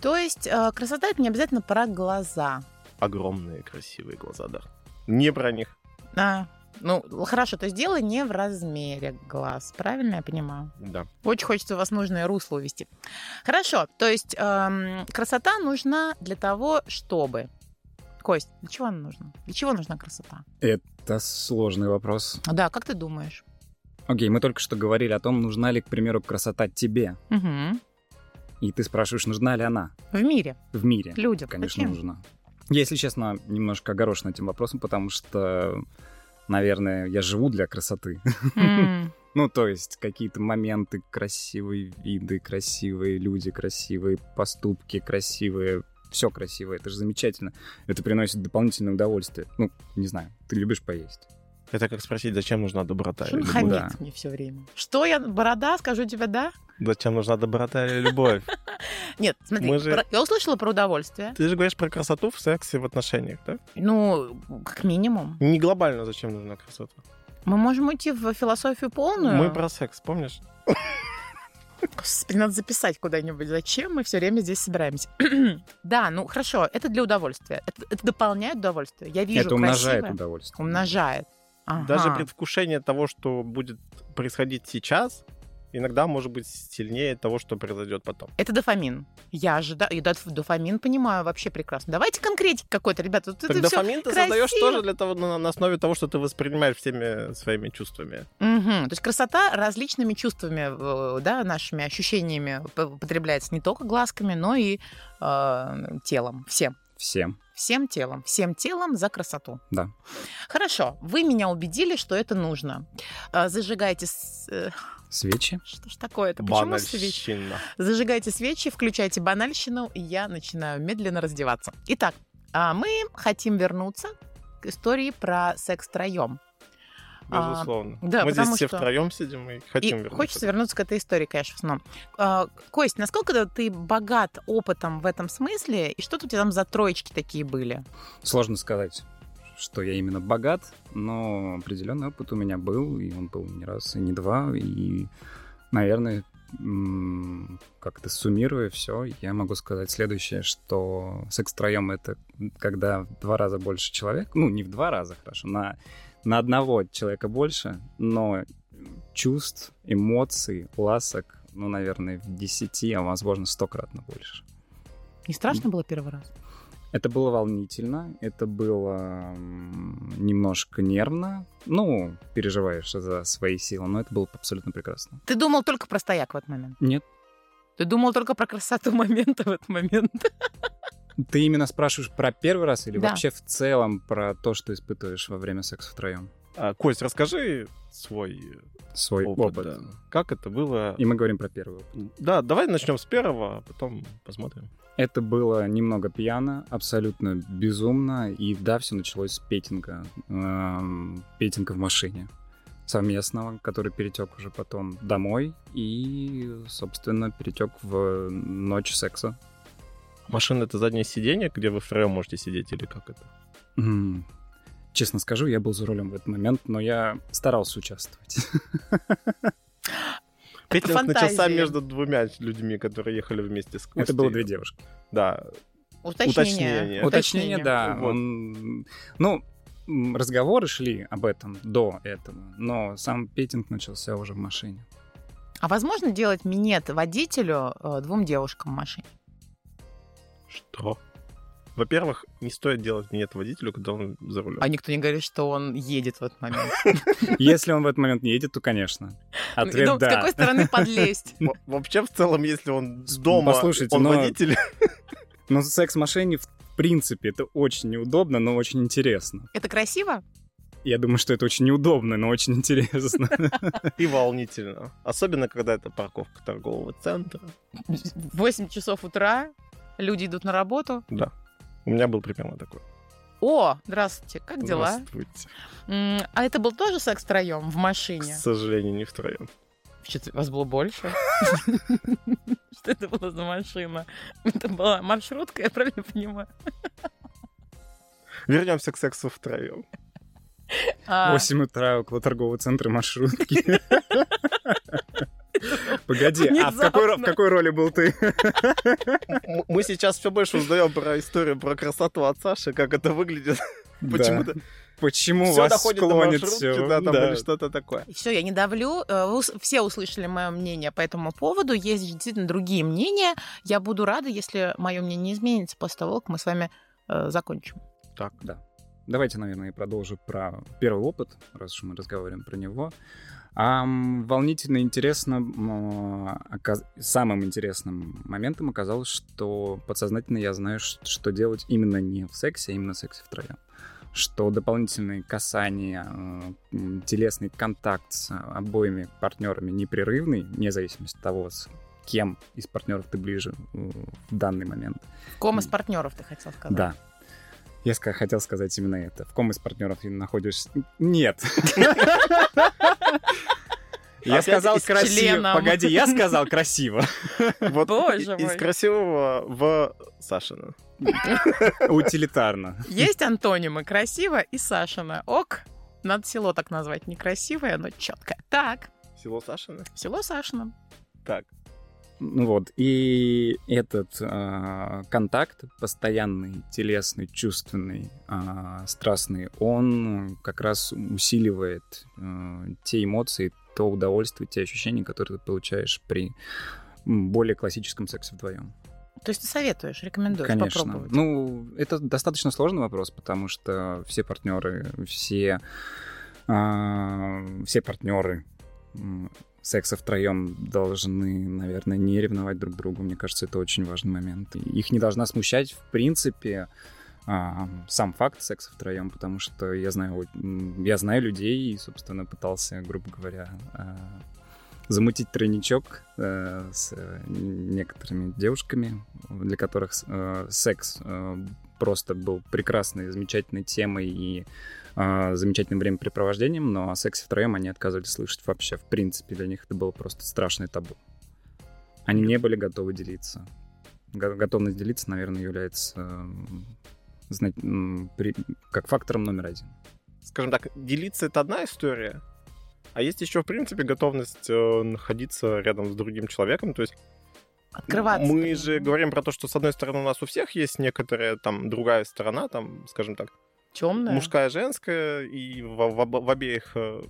[SPEAKER 1] То есть э, красота это не обязательно про глаза.
[SPEAKER 3] Огромные красивые глаза, да. Не про них.
[SPEAKER 1] А, ну, л- хорошо, то есть дело не в размере глаз, правильно я понимаю?
[SPEAKER 3] Да.
[SPEAKER 1] Очень хочется вас в нужное русло увести. Хорошо, то есть эм, красота нужна для того, чтобы... Кость, для чего она нужна? Для чего нужна красота?
[SPEAKER 2] Это сложный вопрос.
[SPEAKER 1] Да, как ты думаешь?
[SPEAKER 2] Окей, мы только что говорили о том, нужна ли, к примеру, красота тебе.
[SPEAKER 1] Мгм.
[SPEAKER 2] И ты спрашиваешь, нужна ли она
[SPEAKER 1] В мире,
[SPEAKER 2] в мире.
[SPEAKER 1] людям.
[SPEAKER 2] Конечно,
[SPEAKER 1] Зачем?
[SPEAKER 2] нужна. Я, Если честно, немножко огорошен этим вопросом, потому что, наверное, я живу для красоты.
[SPEAKER 1] М,
[SPEAKER 2] Ну, то есть какие-то моменты, красивые виды, красивые люди, красивые поступки, красивые... Все красивое, это же замечательно. Это приносит дополнительное удовольствие. Ну, не знаю, ты любишь поесть.
[SPEAKER 3] Это как спросить, зачем нужна доброта
[SPEAKER 1] Что он
[SPEAKER 3] или
[SPEAKER 1] хамит
[SPEAKER 3] любовь?
[SPEAKER 2] да.
[SPEAKER 1] мне все время? Что я, борода, скажу тебе, да?
[SPEAKER 3] Зачем нужна доброта или любовь?
[SPEAKER 1] Нет, смотри,
[SPEAKER 3] Мы же-
[SPEAKER 1] про- я услышала про удовольствие.
[SPEAKER 3] Ты же говоришь про красоту в сексе, в отношениях, да?
[SPEAKER 1] Ну, как минимум.
[SPEAKER 3] Не глобально, зачем нужна красота.
[SPEAKER 1] Мы можем уйти в философию полную.
[SPEAKER 3] Мы про секс, помнишь?
[SPEAKER 1] Господи, надо записать куда-нибудь. Зачем мы все время здесь собираемся? да, ну хорошо, это для удовольствия. Это, это дополняет удовольствие. Я вижу
[SPEAKER 2] это умножает
[SPEAKER 1] красивое.
[SPEAKER 2] удовольствие.
[SPEAKER 1] Умножает. Ага.
[SPEAKER 3] Даже предвкушение того, что будет происходить сейчас, иногда может быть сильнее того, что произойдет потом.
[SPEAKER 1] Это дофамин. Я ожидаю. Я доф- дофамин понимаю вообще прекрасно. Давайте конкретики какой-то, ребята. Вот
[SPEAKER 3] Так
[SPEAKER 1] это всё
[SPEAKER 3] дофамин ты
[SPEAKER 1] красиво.
[SPEAKER 3] создаешь тоже для того, на, на основе того, что ты воспринимаешь всеми своими чувствами.
[SPEAKER 1] Мгм. То есть красота различными чувствами, э, да, нашими ощущениями п- потребляется не только глазками, но и э, телом. Всем.
[SPEAKER 2] Всем.
[SPEAKER 1] Всем телом. Всем телом за красоту.
[SPEAKER 2] Да.
[SPEAKER 1] Хорошо. Вы меня убедили, что это нужно. Э, Зажигайте... с- э,
[SPEAKER 2] Свечи.
[SPEAKER 1] Что ж такое-то? Почему свечи?
[SPEAKER 3] Банальщина.
[SPEAKER 1] Зажигайте свечи, включайте банальщину, и я начинаю медленно раздеваться. Итак, а мы хотим вернуться к истории про секс троем.
[SPEAKER 3] Безусловно.
[SPEAKER 1] А, да,
[SPEAKER 3] Мы здесь
[SPEAKER 1] потому
[SPEAKER 3] все
[SPEAKER 1] что-
[SPEAKER 3] втроем сидим и хотим
[SPEAKER 1] и
[SPEAKER 3] вернуться.
[SPEAKER 1] хочется вернуться к этой истории, конечно, в основном. А, Кость, насколько ты богат опытом в этом смысле, и что-то у тебя там за троечки такие были?
[SPEAKER 2] Сложно сказать, что я именно богат, но определенный опыт у меня был, и он был не раз, и не два, и, наверное, м, как-то суммируя все, я могу сказать следующее, что секс втроем — это когда в два раза больше человек, ну, не в два раза, хорошо, на, на одного человека больше, но чувств, эмоций, ласок, ну, наверное, в десяти, а возможно, стократно больше.
[SPEAKER 1] Не страшно было первый раз?
[SPEAKER 2] Это было волнительно, это было м, немножко нервно. Ну, переживаешь за свои силы, но это было абсолютно прекрасно.
[SPEAKER 1] Ты думал только про стояк в этот момент?
[SPEAKER 2] Нет.
[SPEAKER 1] Ты думал только про красоту момента в этот момент?
[SPEAKER 2] Ты именно спрашиваешь про первый раз или
[SPEAKER 1] Да.
[SPEAKER 2] вообще в целом про то, что испытываешь во время секса втроем?
[SPEAKER 3] А, Кость, расскажи свой
[SPEAKER 2] Свой
[SPEAKER 3] опыт.
[SPEAKER 2] опыт.
[SPEAKER 3] да. Как это было?
[SPEAKER 2] И мы говорим про первый опыт.
[SPEAKER 3] Да, давай начнем с первого, а потом посмотрим.
[SPEAKER 2] Это было немного пьяно, абсолютно безумно. И да, все началось с петинга. эм, петинга в машине совместного, который перетек уже потом домой и, собственно, перетек в ночь секса.
[SPEAKER 3] Машина — это заднее сиденье, где вы втроем можете сидеть или как это?
[SPEAKER 2] М, Честно скажу, я был за рулем в этот момент, но я старался участвовать.
[SPEAKER 3] Петлинг
[SPEAKER 1] фантазии.
[SPEAKER 3] начался между двумя людьми, которые ехали вместе с Костей.
[SPEAKER 2] Это было две девушки.
[SPEAKER 3] Да.
[SPEAKER 1] Уточнение.
[SPEAKER 3] Уточнение.
[SPEAKER 2] Уточнение, да.
[SPEAKER 3] Вот.
[SPEAKER 2] Он- ну, м, разговоры шли об этом до этого, но сам петинг начался уже в машине.
[SPEAKER 1] А возможно делать минет водителю э, двум девушкам в машине?
[SPEAKER 3] Что? Во-первых, не стоит делать минет водителю, когда он за рулем.
[SPEAKER 1] А никто не говорит, что он едет в этот момент.
[SPEAKER 2] Если он в этот момент не едет, то, конечно.
[SPEAKER 1] Ну,
[SPEAKER 2] Ответ
[SPEAKER 1] С
[SPEAKER 2] да.
[SPEAKER 1] какой стороны подлезть?
[SPEAKER 3] Во- Вообще, в целом, если он дома,
[SPEAKER 2] Послушайте,
[SPEAKER 3] он
[SPEAKER 2] но-
[SPEAKER 3] водитель.
[SPEAKER 2] Но секс в машине, в принципе, это очень неудобно, но очень интересно.
[SPEAKER 1] Это красиво?
[SPEAKER 2] Я думаю, что это очень неудобно, но очень интересно.
[SPEAKER 3] И волнительно. Особенно, когда это парковка торгового центра.
[SPEAKER 1] 8 часов утра, люди идут на работу.
[SPEAKER 3] У меня был примерно такой.
[SPEAKER 1] О, здравствуйте, как дела?
[SPEAKER 3] Здравствуйте.
[SPEAKER 1] М, А это был тоже секс втроем в
[SPEAKER 3] К
[SPEAKER 1] машине?
[SPEAKER 3] сожалению, не втроем.
[SPEAKER 1] Вчет- Вас было больше? Что это была за машина? Это была маршрутка, я правильно понимаю?
[SPEAKER 3] Вернемся к сексу втроем.
[SPEAKER 1] А,
[SPEAKER 2] 8 утра около торгового центра маршрутки. Погоди, а в какой ро- в
[SPEAKER 1] Внезапно.
[SPEAKER 2] какой роли был ты?
[SPEAKER 3] М- Мы сейчас все больше узнаем про историю про красоту от Саши, как это выглядит. Почему-то
[SPEAKER 2] Почему
[SPEAKER 3] все
[SPEAKER 2] вас
[SPEAKER 3] доходит до
[SPEAKER 2] склонит
[SPEAKER 3] маршрутки,
[SPEAKER 2] все?
[SPEAKER 3] да, там или что-то такое.
[SPEAKER 1] Все, я не давлю. Э, вы ус- Все услышали мое мнение по этому поводу. Есть действительно другие мнения. Я буду рада, если мое мнение изменится после того, как мы с вами э, закончим.
[SPEAKER 3] Так.
[SPEAKER 2] Давайте, наверное, я продолжу про первый опыт, раз уж мы разговариваем про него. Ам, волнительно интересно, м, а, оказ- самым интересным моментом оказалось, что подсознательно я знаю, ш- что делать именно не в сексе, а именно в сексе втроем. Что дополнительные касания, э, м, телесный контакт с обоими партнерами непрерывный, вне зависимости от того, с кем из партнеров ты ближе э, в данный момент.
[SPEAKER 1] Ком из партнеров, ты хотел сказать.
[SPEAKER 2] Да. Я ска- хотел сказать именно это. В ком из партнеров ты находишься? Нет. Я
[SPEAKER 3] Опять
[SPEAKER 2] сказал
[SPEAKER 1] из
[SPEAKER 2] красиво.
[SPEAKER 1] членом.
[SPEAKER 2] Погоди, я сказал красиво.
[SPEAKER 3] Вот
[SPEAKER 1] Боже
[SPEAKER 3] и- из
[SPEAKER 1] мой.
[SPEAKER 3] красивого в Сашина.
[SPEAKER 2] Утилитарно.
[SPEAKER 1] Есть антонимы красиво и Сашина. Ок. Надо село так назвать. Не красивое, но четко. Так,
[SPEAKER 3] Село Сашина?
[SPEAKER 1] село Сашина.
[SPEAKER 3] Так.
[SPEAKER 2] Ну вот, и этот а, контакт постоянный, телесный, чувственный, а, страстный, он как раз усиливает а, те эмоции, то удовольствие, те ощущения, которые ты получаешь при м, более классическом сексе вдвоем.
[SPEAKER 1] То есть ты советуешь, рекомендуешь
[SPEAKER 2] Конечно.
[SPEAKER 1] попробовать?
[SPEAKER 2] Ну, это достаточно сложный вопрос, потому что все партнеры, все, а, все партнеры м, секса втроем должны, наверное, не ревновать друг другу. Мне кажется, это очень важный момент. И Их не должна смущать, в принципе, а, сам факт секса втроем, потому что я знаю, о- м, я знаю людей и, собственно, пытался, грубо говоря, а, замутить тройничок э, с э, некоторыми девушками, для которых э, секс э, просто был прекрасной, замечательной темой и э, замечательным времяпрепровождением, но о сексе втроем они отказывались слышать вообще. В принципе, для них это было просто страшное табу. Они не были готовы делиться. Го- Готовность делиться, наверное, является м, зна- м, при- как фактором номер один.
[SPEAKER 3] Скажем так, делиться — это одна история, а есть еще, в принципе, готовность э, находиться рядом с другим человеком. То есть
[SPEAKER 1] Открываться.
[SPEAKER 3] Мы
[SPEAKER 1] например.
[SPEAKER 3] же говорим про то, что с одной стороны у нас у всех есть некоторая там другая сторона, там, скажем так,
[SPEAKER 1] Темное.
[SPEAKER 3] мужская, женская, и в, в об- в обеих э,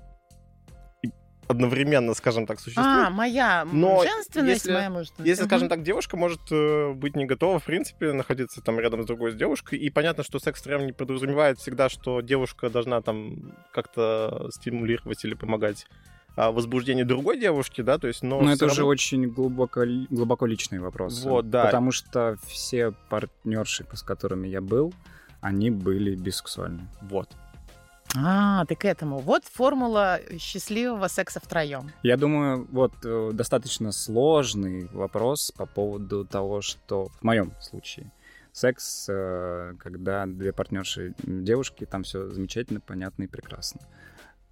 [SPEAKER 3] и одновременно, скажем так,
[SPEAKER 1] А,
[SPEAKER 3] существует.
[SPEAKER 1] моя м,
[SPEAKER 3] Но
[SPEAKER 1] женственность,
[SPEAKER 3] если-
[SPEAKER 1] моя мужественность.
[SPEAKER 3] Если,
[SPEAKER 1] Мгм.
[SPEAKER 3] скажем так, девушка может э, быть не готова, в принципе, находиться там рядом с другой девушкой, и понятно, что секс втроем не подразумевает всегда, что девушка должна там как-то стимулировать или помогать а, возбуждению другой девушки, да, то есть, но...
[SPEAKER 2] Но
[SPEAKER 3] всё
[SPEAKER 2] Ну, это уже
[SPEAKER 3] равно-
[SPEAKER 2] очень глубоко, ли- глубоко личный вопрос.
[SPEAKER 3] Вот, да.
[SPEAKER 2] Потому что все партнерши, с которыми я был, они были бисексуальны.
[SPEAKER 3] Вот.
[SPEAKER 1] А, ты к этому. Вот формула счастливого секса втроем.
[SPEAKER 2] Я думаю, вот э, достаточно сложный вопрос по поводу того, что в моем случае секс, э, когда две партнерши м, девушки, там все замечательно, понятно и прекрасно.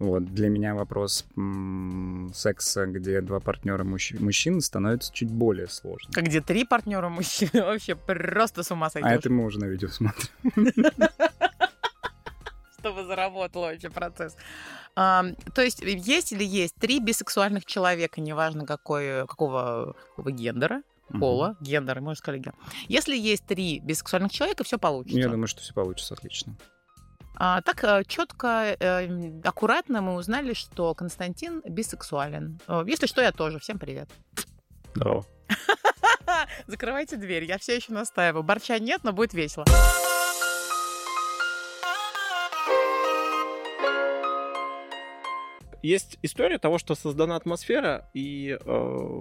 [SPEAKER 2] Вот, для меня вопрос м, секса, где два партнера мужч- мужчин, становится чуть более сложным.
[SPEAKER 1] А где три партнера мужчины, вообще просто с ума сойдешь,
[SPEAKER 2] А это мы уже на видео смотрим.
[SPEAKER 1] чтобы заработал вообще процесс. А, то есть есть или есть три бисексуальных человека, неважно какой, какого, какого гендера,
[SPEAKER 2] Мгм.
[SPEAKER 1] пола, гендера, можно сказать, ген- Если есть три бисексуальных человека, все получится.
[SPEAKER 2] Ну, Я думаю, что все получится отлично.
[SPEAKER 1] А, так четко, аккуратно мы узнали, что Константин бисексуален. Э, Если что, я тоже. Всем привет.
[SPEAKER 3] Здорово.
[SPEAKER 1] Закрывайте дверь, я все еще настаиваю. Борча нет, но будет весело.
[SPEAKER 3] Есть история того, что создана атмосфера, и э,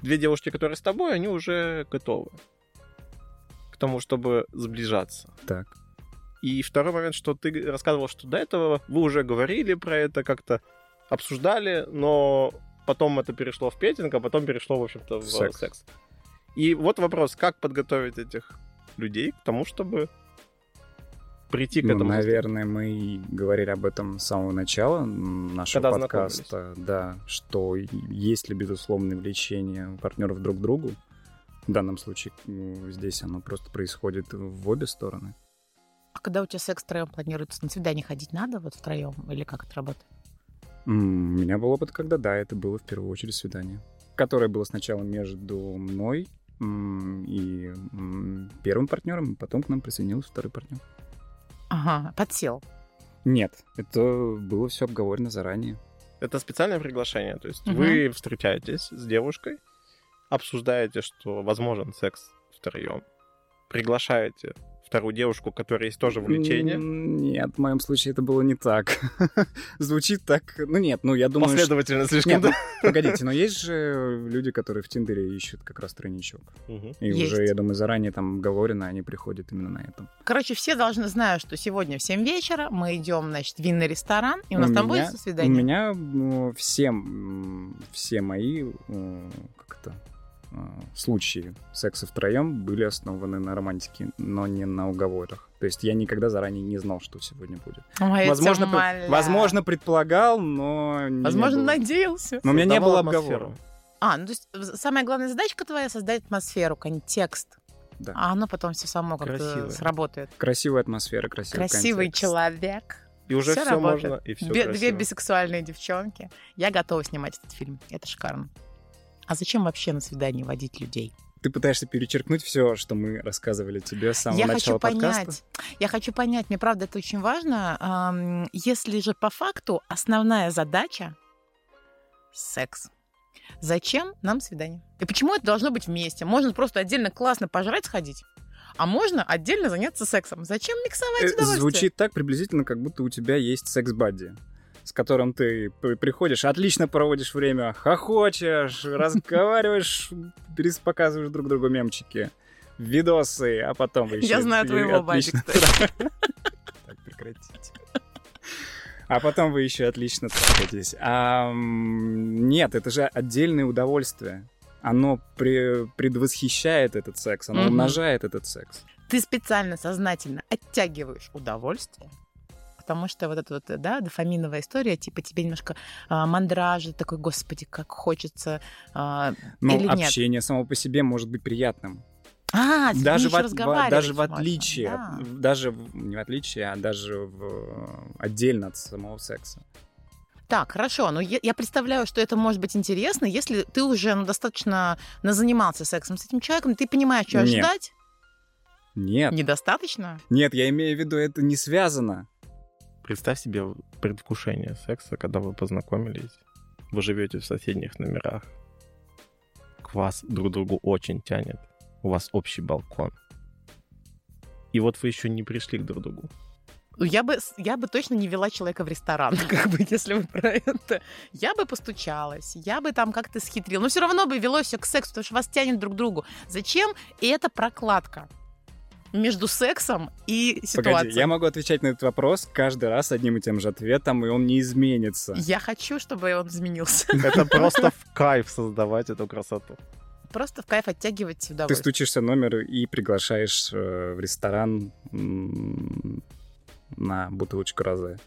[SPEAKER 3] две девушки, которые с тобой, они уже готовы к тому, чтобы сближаться.
[SPEAKER 2] Так.
[SPEAKER 3] И второй момент, что ты рассказывал, что до этого вы уже говорили про это, как-то обсуждали, но потом это перешло в петинг, а потом перешло, в общем-то, в
[SPEAKER 2] В
[SPEAKER 3] секс.
[SPEAKER 2] секс.
[SPEAKER 3] И вот вопрос, как подготовить этих людей к тому, чтобы прийти к
[SPEAKER 2] Ну,
[SPEAKER 3] этому?
[SPEAKER 2] наверное, мы и говорили об этом с самого начала м, нашего
[SPEAKER 3] Когда
[SPEAKER 2] подкаста. Да, что и- есть ли безусловное влечение у партнеров друг к другу. В данном случае м, здесь оно просто происходит в обе стороны.
[SPEAKER 1] А когда у тебя секс втроем планируется, на свидание ходить надо вот втроем? Или как это работает?
[SPEAKER 2] М, У меня был опыт, когда да, это было в первую очередь свидание, которое было сначала между мной м, и м, первым партнером, и потом к нам присоединился второй партнер.
[SPEAKER 1] Ага, подсел.
[SPEAKER 2] Нет, это было все обговорено заранее.
[SPEAKER 3] Это специальное приглашение, то есть
[SPEAKER 1] Мгм.
[SPEAKER 3] вы встречаетесь с девушкой, обсуждаете, что возможен секс втроем, приглашаете вторую девушку, у которой есть тоже
[SPEAKER 2] М,
[SPEAKER 3] влечение,
[SPEAKER 2] Нет, в моем случае это было не так. Звучит так. Ну нет, ну я думаю, что...
[SPEAKER 3] последовательно слишком.
[SPEAKER 2] Нет, ну, погодите, но есть же люди, которые в Тиндере ищут как раз тройничок.
[SPEAKER 3] да. Мгм.
[SPEAKER 2] И
[SPEAKER 1] Есть.
[SPEAKER 2] уже, я думаю, заранее там говорено, они приходят именно на этом.
[SPEAKER 1] Короче, все должны знать, что сегодня в 7 вечера мы идем, значит, в винный ресторан, и у,
[SPEAKER 2] У
[SPEAKER 1] нас там
[SPEAKER 2] меня-
[SPEAKER 1] будет свидание.
[SPEAKER 2] У меня ну, всем, м, все мои, э, как это, э, случаи секса втроем были основаны на романтике, но не на уговорах. То есть я никогда заранее не знал, что сегодня будет.
[SPEAKER 1] Ой, А я
[SPEAKER 2] возможно,
[SPEAKER 1] тебя
[SPEAKER 2] пр-
[SPEAKER 1] умоляю.
[SPEAKER 2] возможно, предполагал, но... не
[SPEAKER 1] Возможно,
[SPEAKER 2] было. Ну,
[SPEAKER 1] надеялся.
[SPEAKER 2] Но у меня не
[SPEAKER 3] Создавал
[SPEAKER 2] было
[SPEAKER 3] атмосферу.
[SPEAKER 2] обговора.
[SPEAKER 1] А, ну то есть в- самая главная задачка твоя создать атмосферу, контекст.
[SPEAKER 2] Да.
[SPEAKER 1] А оно потом все само как-то
[SPEAKER 3] Красивое.
[SPEAKER 1] сработает.
[SPEAKER 2] Красивая атмосфера, красивый
[SPEAKER 1] Красивый
[SPEAKER 2] контекст.
[SPEAKER 1] человек.
[SPEAKER 3] И уже
[SPEAKER 1] Всё
[SPEAKER 3] все,
[SPEAKER 1] работает.
[SPEAKER 3] можно, и все
[SPEAKER 1] Две, две бисексуальные девчонки. Я готова снимать этот фильм. Это шикарно. А зачем вообще на свидание водить людей?
[SPEAKER 2] Ты пытаешься перечеркнуть все, что мы рассказывали тебе с самого
[SPEAKER 1] я
[SPEAKER 2] начала
[SPEAKER 1] хочу понять.
[SPEAKER 2] подкаста. Э,
[SPEAKER 1] Я хочу понять. Мне правда это очень важно. Ам, Если же по факту основная задача секс. Зачем нам свидание? И почему это должно быть вместе? Можно просто отдельно классно пожрать сходить, а можно отдельно заняться сексом. Зачем миксовать
[SPEAKER 2] Э,
[SPEAKER 1] удовольствие?
[SPEAKER 2] Звучит так приблизительно, как будто у тебя есть секс-бадди, с которым ты п- приходишь, отлично проводишь время, хохочешь, разговариваешь, перес- показываешь друг другу мемчики, видосы, а потом еще...
[SPEAKER 1] Я знаю
[SPEAKER 2] и
[SPEAKER 1] твоего бадди,
[SPEAKER 2] отлично-
[SPEAKER 1] кстати.
[SPEAKER 2] Так, прекратите. А потом вы еще отлично трахаетесь. А, м, нет, это же отдельное удовольствие. Оно пре- предвосхищает этот секс, оно
[SPEAKER 1] Мгм.
[SPEAKER 2] умножает этот секс.
[SPEAKER 1] Ты специально, сознательно оттягиваешь удовольствие, потому что вот эта вот, да, дофаминовая история, типа тебе немножко а, мандражит, такой, господи, как хочется. А,
[SPEAKER 2] Но
[SPEAKER 1] Или нет?
[SPEAKER 2] общение само по себе может быть приятным.
[SPEAKER 1] а, с ним
[SPEAKER 2] даже
[SPEAKER 1] еще
[SPEAKER 2] в, от- в-
[SPEAKER 1] разговаривать
[SPEAKER 2] даже в
[SPEAKER 1] можно,
[SPEAKER 2] отличие,
[SPEAKER 1] да.
[SPEAKER 2] в- даже в- не в отличие, а даже в, э, отдельно от самого секса.
[SPEAKER 1] Так, хорошо, но е- я представляю, что это может быть интересно, если ты уже ну, достаточно назанимался сексом с этим человеком, ты понимаешь, чего
[SPEAKER 2] Нет.
[SPEAKER 1] ожидать.
[SPEAKER 2] Нет,
[SPEAKER 1] Недостаточно?
[SPEAKER 2] нет, я имею в виду, это не связано.
[SPEAKER 3] Представь себе предвкушение секса, когда вы познакомились, вы живете в соседних номерах, к вас друг другу очень тянет, у вас общий балкон. И вот вы еще не пришли к друг другу.
[SPEAKER 1] Ну, Я бы, с- я бы точно не вела человека в ресторан, как бы, если вы про это. Я бы постучалась, я бы там как-то схитрила. Но все равно бы велось все к сексу, потому что вас тянет друг к другу. Зачем? И это прокладка между сексом и ситуацией.
[SPEAKER 2] Погоди, я могу отвечать на этот вопрос каждый раз одним и тем же ответом, и он не изменится.
[SPEAKER 1] Я хочу, чтобы он изменился.
[SPEAKER 3] Это просто в кайф создавать эту красоту.
[SPEAKER 1] Просто в кайф оттягивать
[SPEAKER 2] Ты
[SPEAKER 1] удовольствие.
[SPEAKER 2] стучишься в номер и приглашаешь э, в ресторан м, на бутылочку розе.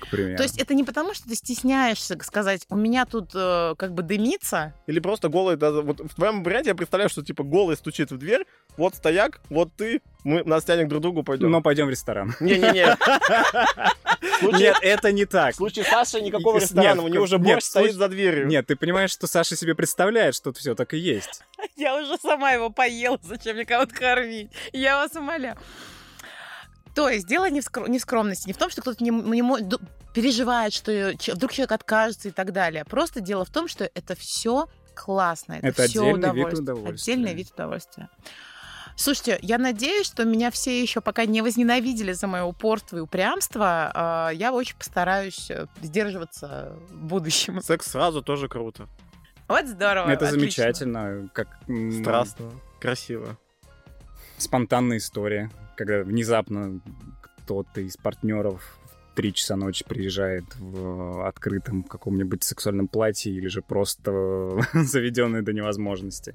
[SPEAKER 2] к примеру.
[SPEAKER 1] То есть это не потому, что ты стесняешься сказать, у меня тут э, как бы дымится,
[SPEAKER 3] Или просто голый, да, вот в твоем варианте я представляю, что типа голый стучит в дверь, вот стояк, вот ты, мы нас тянет к друг другу, пойдем.
[SPEAKER 2] Но пойдем в ресторан.
[SPEAKER 3] Не-не-не. В случае-
[SPEAKER 2] Нет, это не
[SPEAKER 3] В
[SPEAKER 2] так.
[SPEAKER 3] случае Саши никакого
[SPEAKER 2] Нет,
[SPEAKER 3] ресторана, у него уже
[SPEAKER 2] нет,
[SPEAKER 3] борщ
[SPEAKER 2] в
[SPEAKER 3] стоит
[SPEAKER 2] случае-
[SPEAKER 3] за дверью.
[SPEAKER 2] Нет, ты понимаешь, что Саша себе представляет, что все так и есть.
[SPEAKER 1] Я уже сама его поела, зачем мне кого-то кормить? Я вас умоляю. То есть дело не в, скро- не в скромности, не в том, что кто-то не, м- не мо- ду- переживает, что че- вдруг человек откажется и так далее. Просто дело в том, что это все классно, это,
[SPEAKER 2] Это
[SPEAKER 1] все
[SPEAKER 2] отдельный вид
[SPEAKER 1] удовольствие.
[SPEAKER 2] удовольствия.
[SPEAKER 1] Отдельный вид удовольствия. Слушайте, я надеюсь, что меня все еще пока не возненавидели за мое упорство и упрямство. А, Я очень постараюсь э, сдерживаться в будущем.
[SPEAKER 3] Секс сразу тоже круто.
[SPEAKER 1] Вот здорово.
[SPEAKER 2] это
[SPEAKER 1] А, отлично.
[SPEAKER 2] замечательно, как м,
[SPEAKER 3] Страстно. Красиво.
[SPEAKER 2] спонтанная история, когда внезапно кто-то из партнеров в 3 часа ночи приезжает в э, открытом каком-нибудь сексуальном платье или же просто заведенный до невозможности.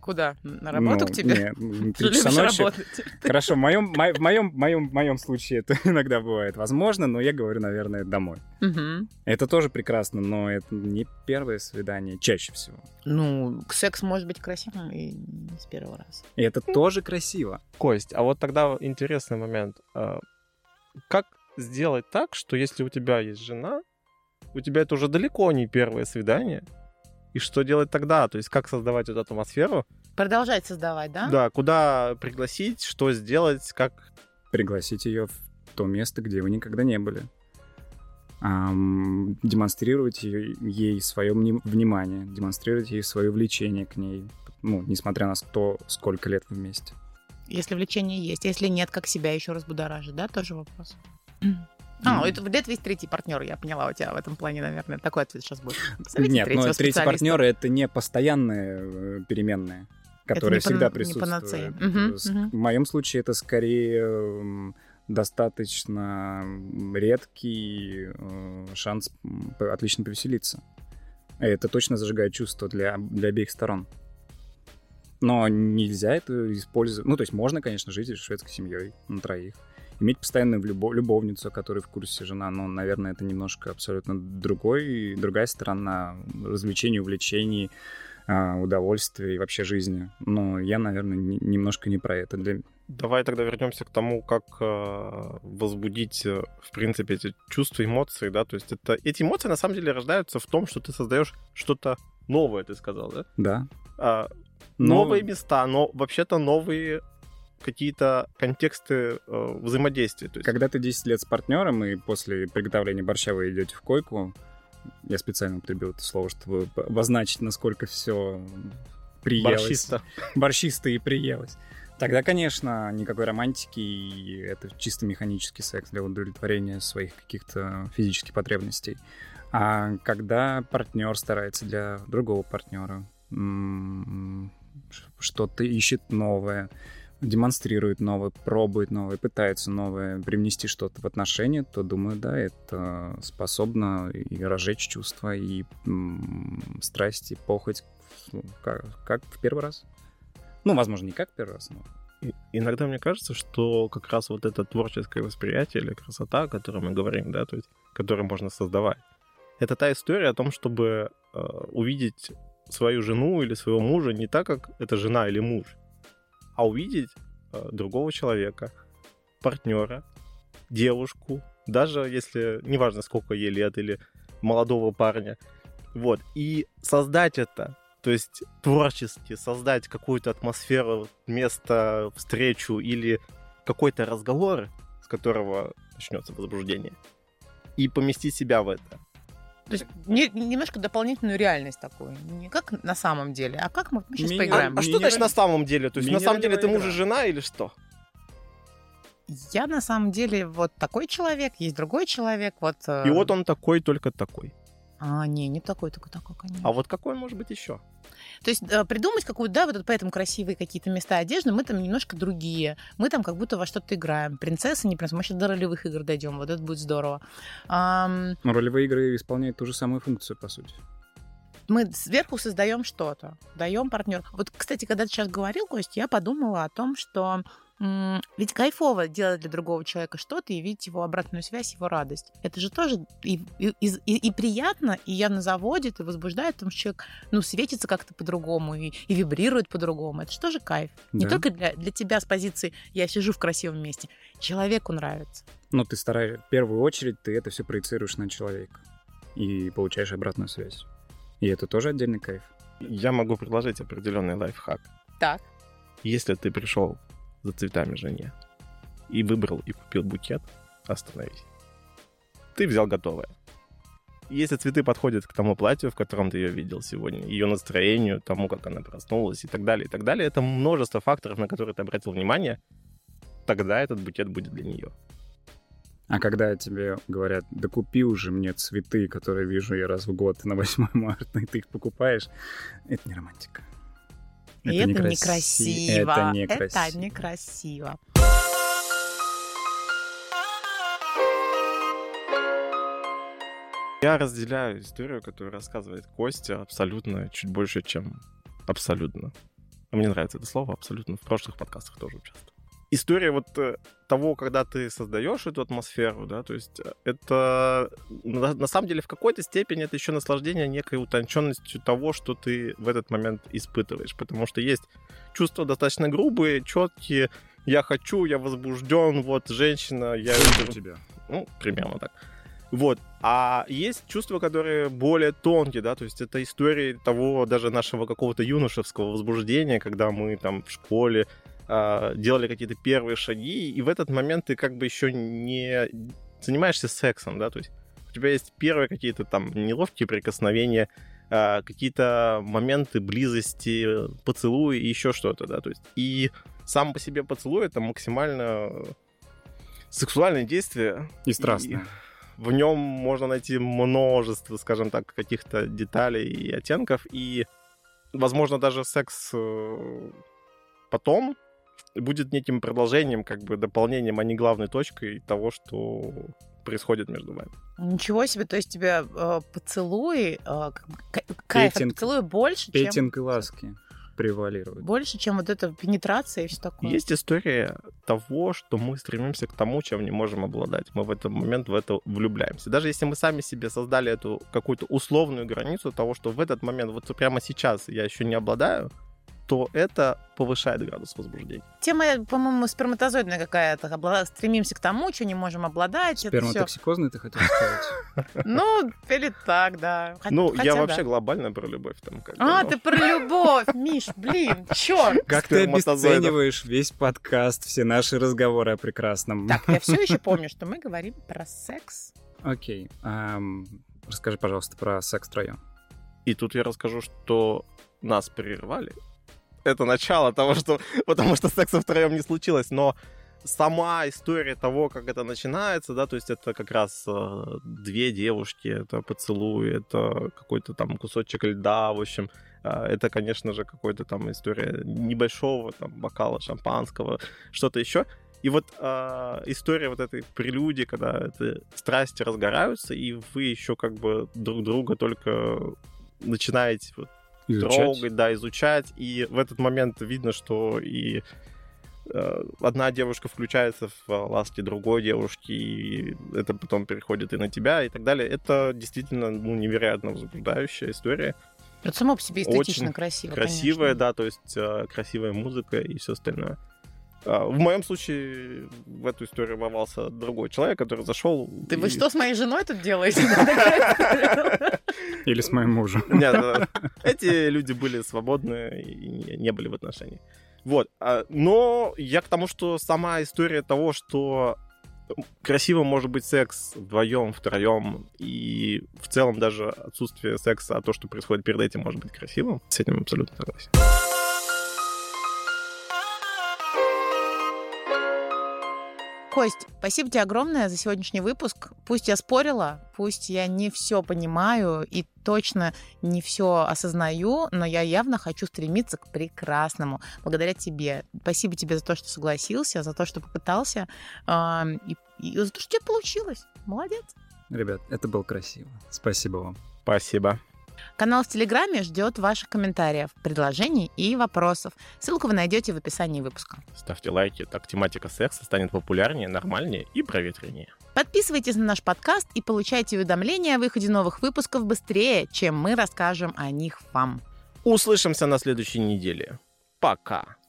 [SPEAKER 1] Куда? На работу
[SPEAKER 2] Ну,
[SPEAKER 1] к тебе?
[SPEAKER 2] Нет, м,
[SPEAKER 1] Ты
[SPEAKER 2] три часа
[SPEAKER 1] любишь
[SPEAKER 2] ночи.
[SPEAKER 1] работать.
[SPEAKER 2] Хорошо, в моем, мо- в моем, моем, моем случае это иногда бывает возможно, но я говорю, наверное, домой.
[SPEAKER 1] Мгм.
[SPEAKER 2] Это тоже прекрасно, но это не первое свидание чаще всего.
[SPEAKER 1] Ну, секс может быть красивым и не с первого раза.
[SPEAKER 2] И это тоже красиво.
[SPEAKER 3] Кость, а вот тогда интересный момент. А, Как сделать так, что если у тебя есть жена, у тебя это уже далеко не первое свидание, и что делать тогда? То есть как создавать вот эту атмосферу?
[SPEAKER 1] Продолжать создавать, да?
[SPEAKER 3] Да, куда пригласить, что сделать, как...
[SPEAKER 2] Пригласить ее в то место, где вы никогда не были. Ам, демонстрировать её- ей свое внимание, демонстрировать ей свое влечение к ней, ну, несмотря на то, сколько лет вы вместе.
[SPEAKER 1] Если влечение есть. Если нет, как себя еще раз будоражить, да? Тоже вопрос. А, это для этого есть третий партнер, я поняла у тебя в этом плане, наверное, такой ответ сейчас будет. Позовите
[SPEAKER 2] Нет,
[SPEAKER 1] третьего
[SPEAKER 2] но третий
[SPEAKER 1] специалиста.
[SPEAKER 2] партнер это не постоянные э, переменные, которые
[SPEAKER 1] не пан-
[SPEAKER 2] всегда
[SPEAKER 1] не панацея.
[SPEAKER 2] присутствуют.
[SPEAKER 1] Мгм,
[SPEAKER 2] С-
[SPEAKER 1] мгм.
[SPEAKER 2] В моем случае это скорее эм, достаточно м, редкий э, шанс м, п- отлично повеселиться. И Это точно зажигает чувства для, для обеих сторон. Но нельзя это использовать. Ну, то есть можно, конечно, жить шведской семьей на троих. Иметь постоянную влюбо- любовницу, о которой в курсе жена, но, наверное, это немножко абсолютно другой, другая сторона развлечений, увлечений, а, удовольствия и вообще жизни. Но я, наверное, не- немножко не про это. Для-
[SPEAKER 3] Давай тогда вернемся к тому, как э, возбудить, э, в принципе, эти чувства, эмоции, да, то есть это эти эмоции на самом деле рождаются в том, что ты создаешь что-то новое, ты сказал, да?
[SPEAKER 2] Да.
[SPEAKER 3] А,
[SPEAKER 2] Но-
[SPEAKER 3] новые места, но вообще-то новые какие-то контексты э, взаимодействия. То есть,
[SPEAKER 2] Когда ты 10 лет с партнером, и после приготовления борща вы идете в койку, я специально употребил это слово, чтобы обозначить, насколько все приелось.
[SPEAKER 3] борщисто.
[SPEAKER 2] борщисто и приелось. Тогда, конечно, никакой романтики, и это чисто механический секс для удовлетворения своих каких-то физических потребностей. А когда партнер старается для другого партнера, м, ш- что-то ищет новое, демонстрирует новое, пробует новое, пытается новое, привнести что-то в отношения, то, думаю, да, это способно и разжечь чувства, и м, страсть, и похоть, ну, как, как в первый раз. Ну, возможно, не как первый раз, но...
[SPEAKER 3] И- Иногда мне кажется, что как раз вот это творческое восприятие или красота, о которой мы говорим, да, то есть, которую можно создавать, это та история о том, чтобы э, увидеть свою жену или своего мужа не так, как это жена или муж, а увидеть э, другого человека, партнера, девушку, даже если, неважно, сколько ей лет или молодого парня, вот, и создать это, то есть творчески создать какую-то атмосферу, место, встречу или какой-то разговор, с которого начнется возбуждение, и поместить себя в это.
[SPEAKER 1] То есть не- немножко дополнительную реальность такую. Не как на самом деле, а как мы сейчас
[SPEAKER 2] Мини-
[SPEAKER 3] А,
[SPEAKER 1] поиграем.
[SPEAKER 3] а что значит на самом деле? То есть на самом деле ты
[SPEAKER 2] Минеральная
[SPEAKER 3] муж и жена или что?
[SPEAKER 1] Я на самом деле вот такой человек, есть другой человек, вот... э,
[SPEAKER 3] И вот он такой, только такой.
[SPEAKER 1] А, не, не такой, такой, такой, конечно.
[SPEAKER 3] А вот какой может быть еще?
[SPEAKER 1] То есть э, придумать какую-то, да, вот это поэтому красивые какие-то места одежды, мы там немножко другие. Мы там как будто во что-то играем. Принцесса, не принцесса. Мы сейчас до ролевых игр дойдем, вот это будет здорово. Ам,
[SPEAKER 2] Ну, ролевые игры исполняют ту же самую функцию, по сути.
[SPEAKER 1] мы сверху создаем что-то, даем партнер. Вот, кстати, когда ты сейчас говорил, Кость, я подумала о том, что М, Ведь кайфово делать для другого человека что-то и видеть его обратную связь, его радость. Это же тоже и, и- и- и- и приятно, и явно заводит, и возбуждает, потому что человек ну, светится как-то по-другому и, и вибрирует по-другому. Это же тоже кайф. Не
[SPEAKER 4] Да.
[SPEAKER 1] только для, для тебя с позиции «я сижу в красивом месте». Человеку нравится.
[SPEAKER 4] Но ты стараешься, в первую очередь ты это все проецируешь на человека и получаешь обратную связь. И это тоже отдельный кайф.
[SPEAKER 3] Я могу предложить определенный лайфхак.
[SPEAKER 1] Так.
[SPEAKER 3] Если ты пришел за цветами жене и выбрал и купил букет, остановись. Ты взял готовое. Если цветы подходят к тому платью, в котором ты ее видел сегодня, ее настроению, тому, как она проснулась и так далее, и так далее, это множество факторов, на которые ты обратил внимание, тогда этот букет будет для нее.
[SPEAKER 4] А когда тебе говорят, да купи уже мне цветы, которые вижу я раз в год на 8 марта, и ты их покупаешь, это не романтика.
[SPEAKER 1] И это,
[SPEAKER 4] некраси-
[SPEAKER 1] некрасиво.
[SPEAKER 4] Это некрасиво.
[SPEAKER 1] Это некрасиво.
[SPEAKER 3] Я разделяю историю, которую рассказывает Костя, абсолютно чуть больше, чем абсолютно. А Мне нравится это слово абсолютно. В прошлых подкастах тоже участвовал. История вот э, того, когда ты создаешь эту атмосферу, да, то есть э, это на, на самом деле в какой-то степени это еще наслаждение некой утонченностью того, что ты в этот момент испытываешь, потому что есть чувства достаточно грубые, четкие. Я хочу, я возбужден, вот женщина, я
[SPEAKER 4] У тебя.
[SPEAKER 3] ну, примерно так. Вот. А есть чувства, которые более тонкие, да, то есть это истории того даже нашего какого-то юношевского возбуждения, когда мы там в школе а, делали какие-то первые шаги, и в этот момент ты как бы еще не занимаешься сексом, да, то есть у тебя есть первые какие-то там неловкие прикосновения, а, какие-то моменты близости, поцелуи и еще что-то, да, то есть и сам по себе поцелуй это максимально сексуальное действие,
[SPEAKER 4] И страстно.
[SPEAKER 3] в нем можно найти множество, скажем так, каких-то деталей и оттенков. И, возможно, даже секс э, потом будет неким продолжением, как бы дополнением, а не главной точкой того, что происходит между вами.
[SPEAKER 1] Ничего себе, то есть тебе э, поцелуи, э, как бы к- кайф от
[SPEAKER 4] Петинг.
[SPEAKER 1] поцелуя больше, чем,
[SPEAKER 4] Петинг и ласки превалируют.
[SPEAKER 1] больше, чем вот эта пенетрация и все такое.
[SPEAKER 3] Есть история того, что мы стремимся к тому, чем не можем обладать. Мы в этот момент в это влюбляемся. Даже если мы сами себе создали эту какую-то условную границу того, что в этот момент, вот прямо сейчас я еще не обладаю, то это повышает градус возбуждения.
[SPEAKER 1] Тема, по-моему, сперматозоидная какая-то. Обла- Стремимся к тому, что не можем обладать. Это все.
[SPEAKER 4] Сперматоксикозный ты хотел сказать?
[SPEAKER 1] Ну, или так, да. Хо-
[SPEAKER 3] ну,
[SPEAKER 1] А хотя
[SPEAKER 3] я
[SPEAKER 1] да.
[SPEAKER 3] вообще глобально про любовь там как бы, ну,
[SPEAKER 1] А,
[SPEAKER 3] но-
[SPEAKER 1] ты про любовь, Миш, блин, черт.
[SPEAKER 4] Как ты
[SPEAKER 3] Сперматозоидов.
[SPEAKER 4] обесцениваешь весь подкаст, все наши разговоры о прекрасном?
[SPEAKER 1] Так, я все еще помню, что мы говорим про секс.
[SPEAKER 4] Окей. ам, Расскажи, пожалуйста, про секс втроем.
[SPEAKER 3] И тут я расскажу, что нас прервали. Это начало того, что... Потому что секса втроем не случилось, но сама история того, как это начинается, да, то есть это как раз э, две девушки, это поцелуй, это какой-то там кусочек льда, в общем, э, это, конечно же, какой-то там история небольшого там бокала шампанского, что-то еще. И вот э, история вот этой прелюдии, когда эти страсти разгораются, и вы еще как бы друг друга только начинаете вот трогать, да, изучать. И в этот момент видно, что и э, одна девушка включается в э, ласки другой девушки, и это потом переходит и на тебя, и так далее. Это действительно ну, невероятно возбуждающая история.
[SPEAKER 1] Это само по себе эстетично
[SPEAKER 3] Очень
[SPEAKER 1] красиво,
[SPEAKER 3] Красивая,
[SPEAKER 1] Ну, конечно.
[SPEAKER 3] да, то есть э, красивая музыка и все остальное. А, В моем случае в эту историю ворвался другой человек, который зашел.
[SPEAKER 1] Ты
[SPEAKER 3] и-
[SPEAKER 1] вы что с моей женой тут делаете?
[SPEAKER 4] Или с моим мужем.
[SPEAKER 3] Нет, да. эти люди были свободны и не- не были в отношениях. Вот. а, Но я к тому, что сама история того, что красиво может быть секс вдвоем, втроем, и в целом даже отсутствие секса, а то, что происходит перед этим, может быть красивым. С этим абсолютно согласен.
[SPEAKER 1] Кость, спасибо тебе огромное за сегодняшний выпуск. Пусть я спорила, пусть я не все понимаю и точно не все осознаю, но я явно хочу стремиться к прекрасному. Благодаря тебе. Спасибо тебе за то, что согласился, за то, что попытался эм, и, и за то, что у тебя получилось. Молодец.
[SPEAKER 4] Ребят, это было красиво. Спасибо вам.
[SPEAKER 3] Спасибо.
[SPEAKER 1] Канал в Телеграме ждет ваших комментариев, предложений и вопросов. Ссылку вы найдете в описании выпуска.
[SPEAKER 3] Ставьте лайки, так тематика секса станет популярнее, нормальнее и проветреннее.
[SPEAKER 1] Подписывайтесь на наш подкаст и получайте уведомления о выходе новых выпусков быстрее, чем мы расскажем о них вам.
[SPEAKER 3] Услышимся на следующей неделе. Пока.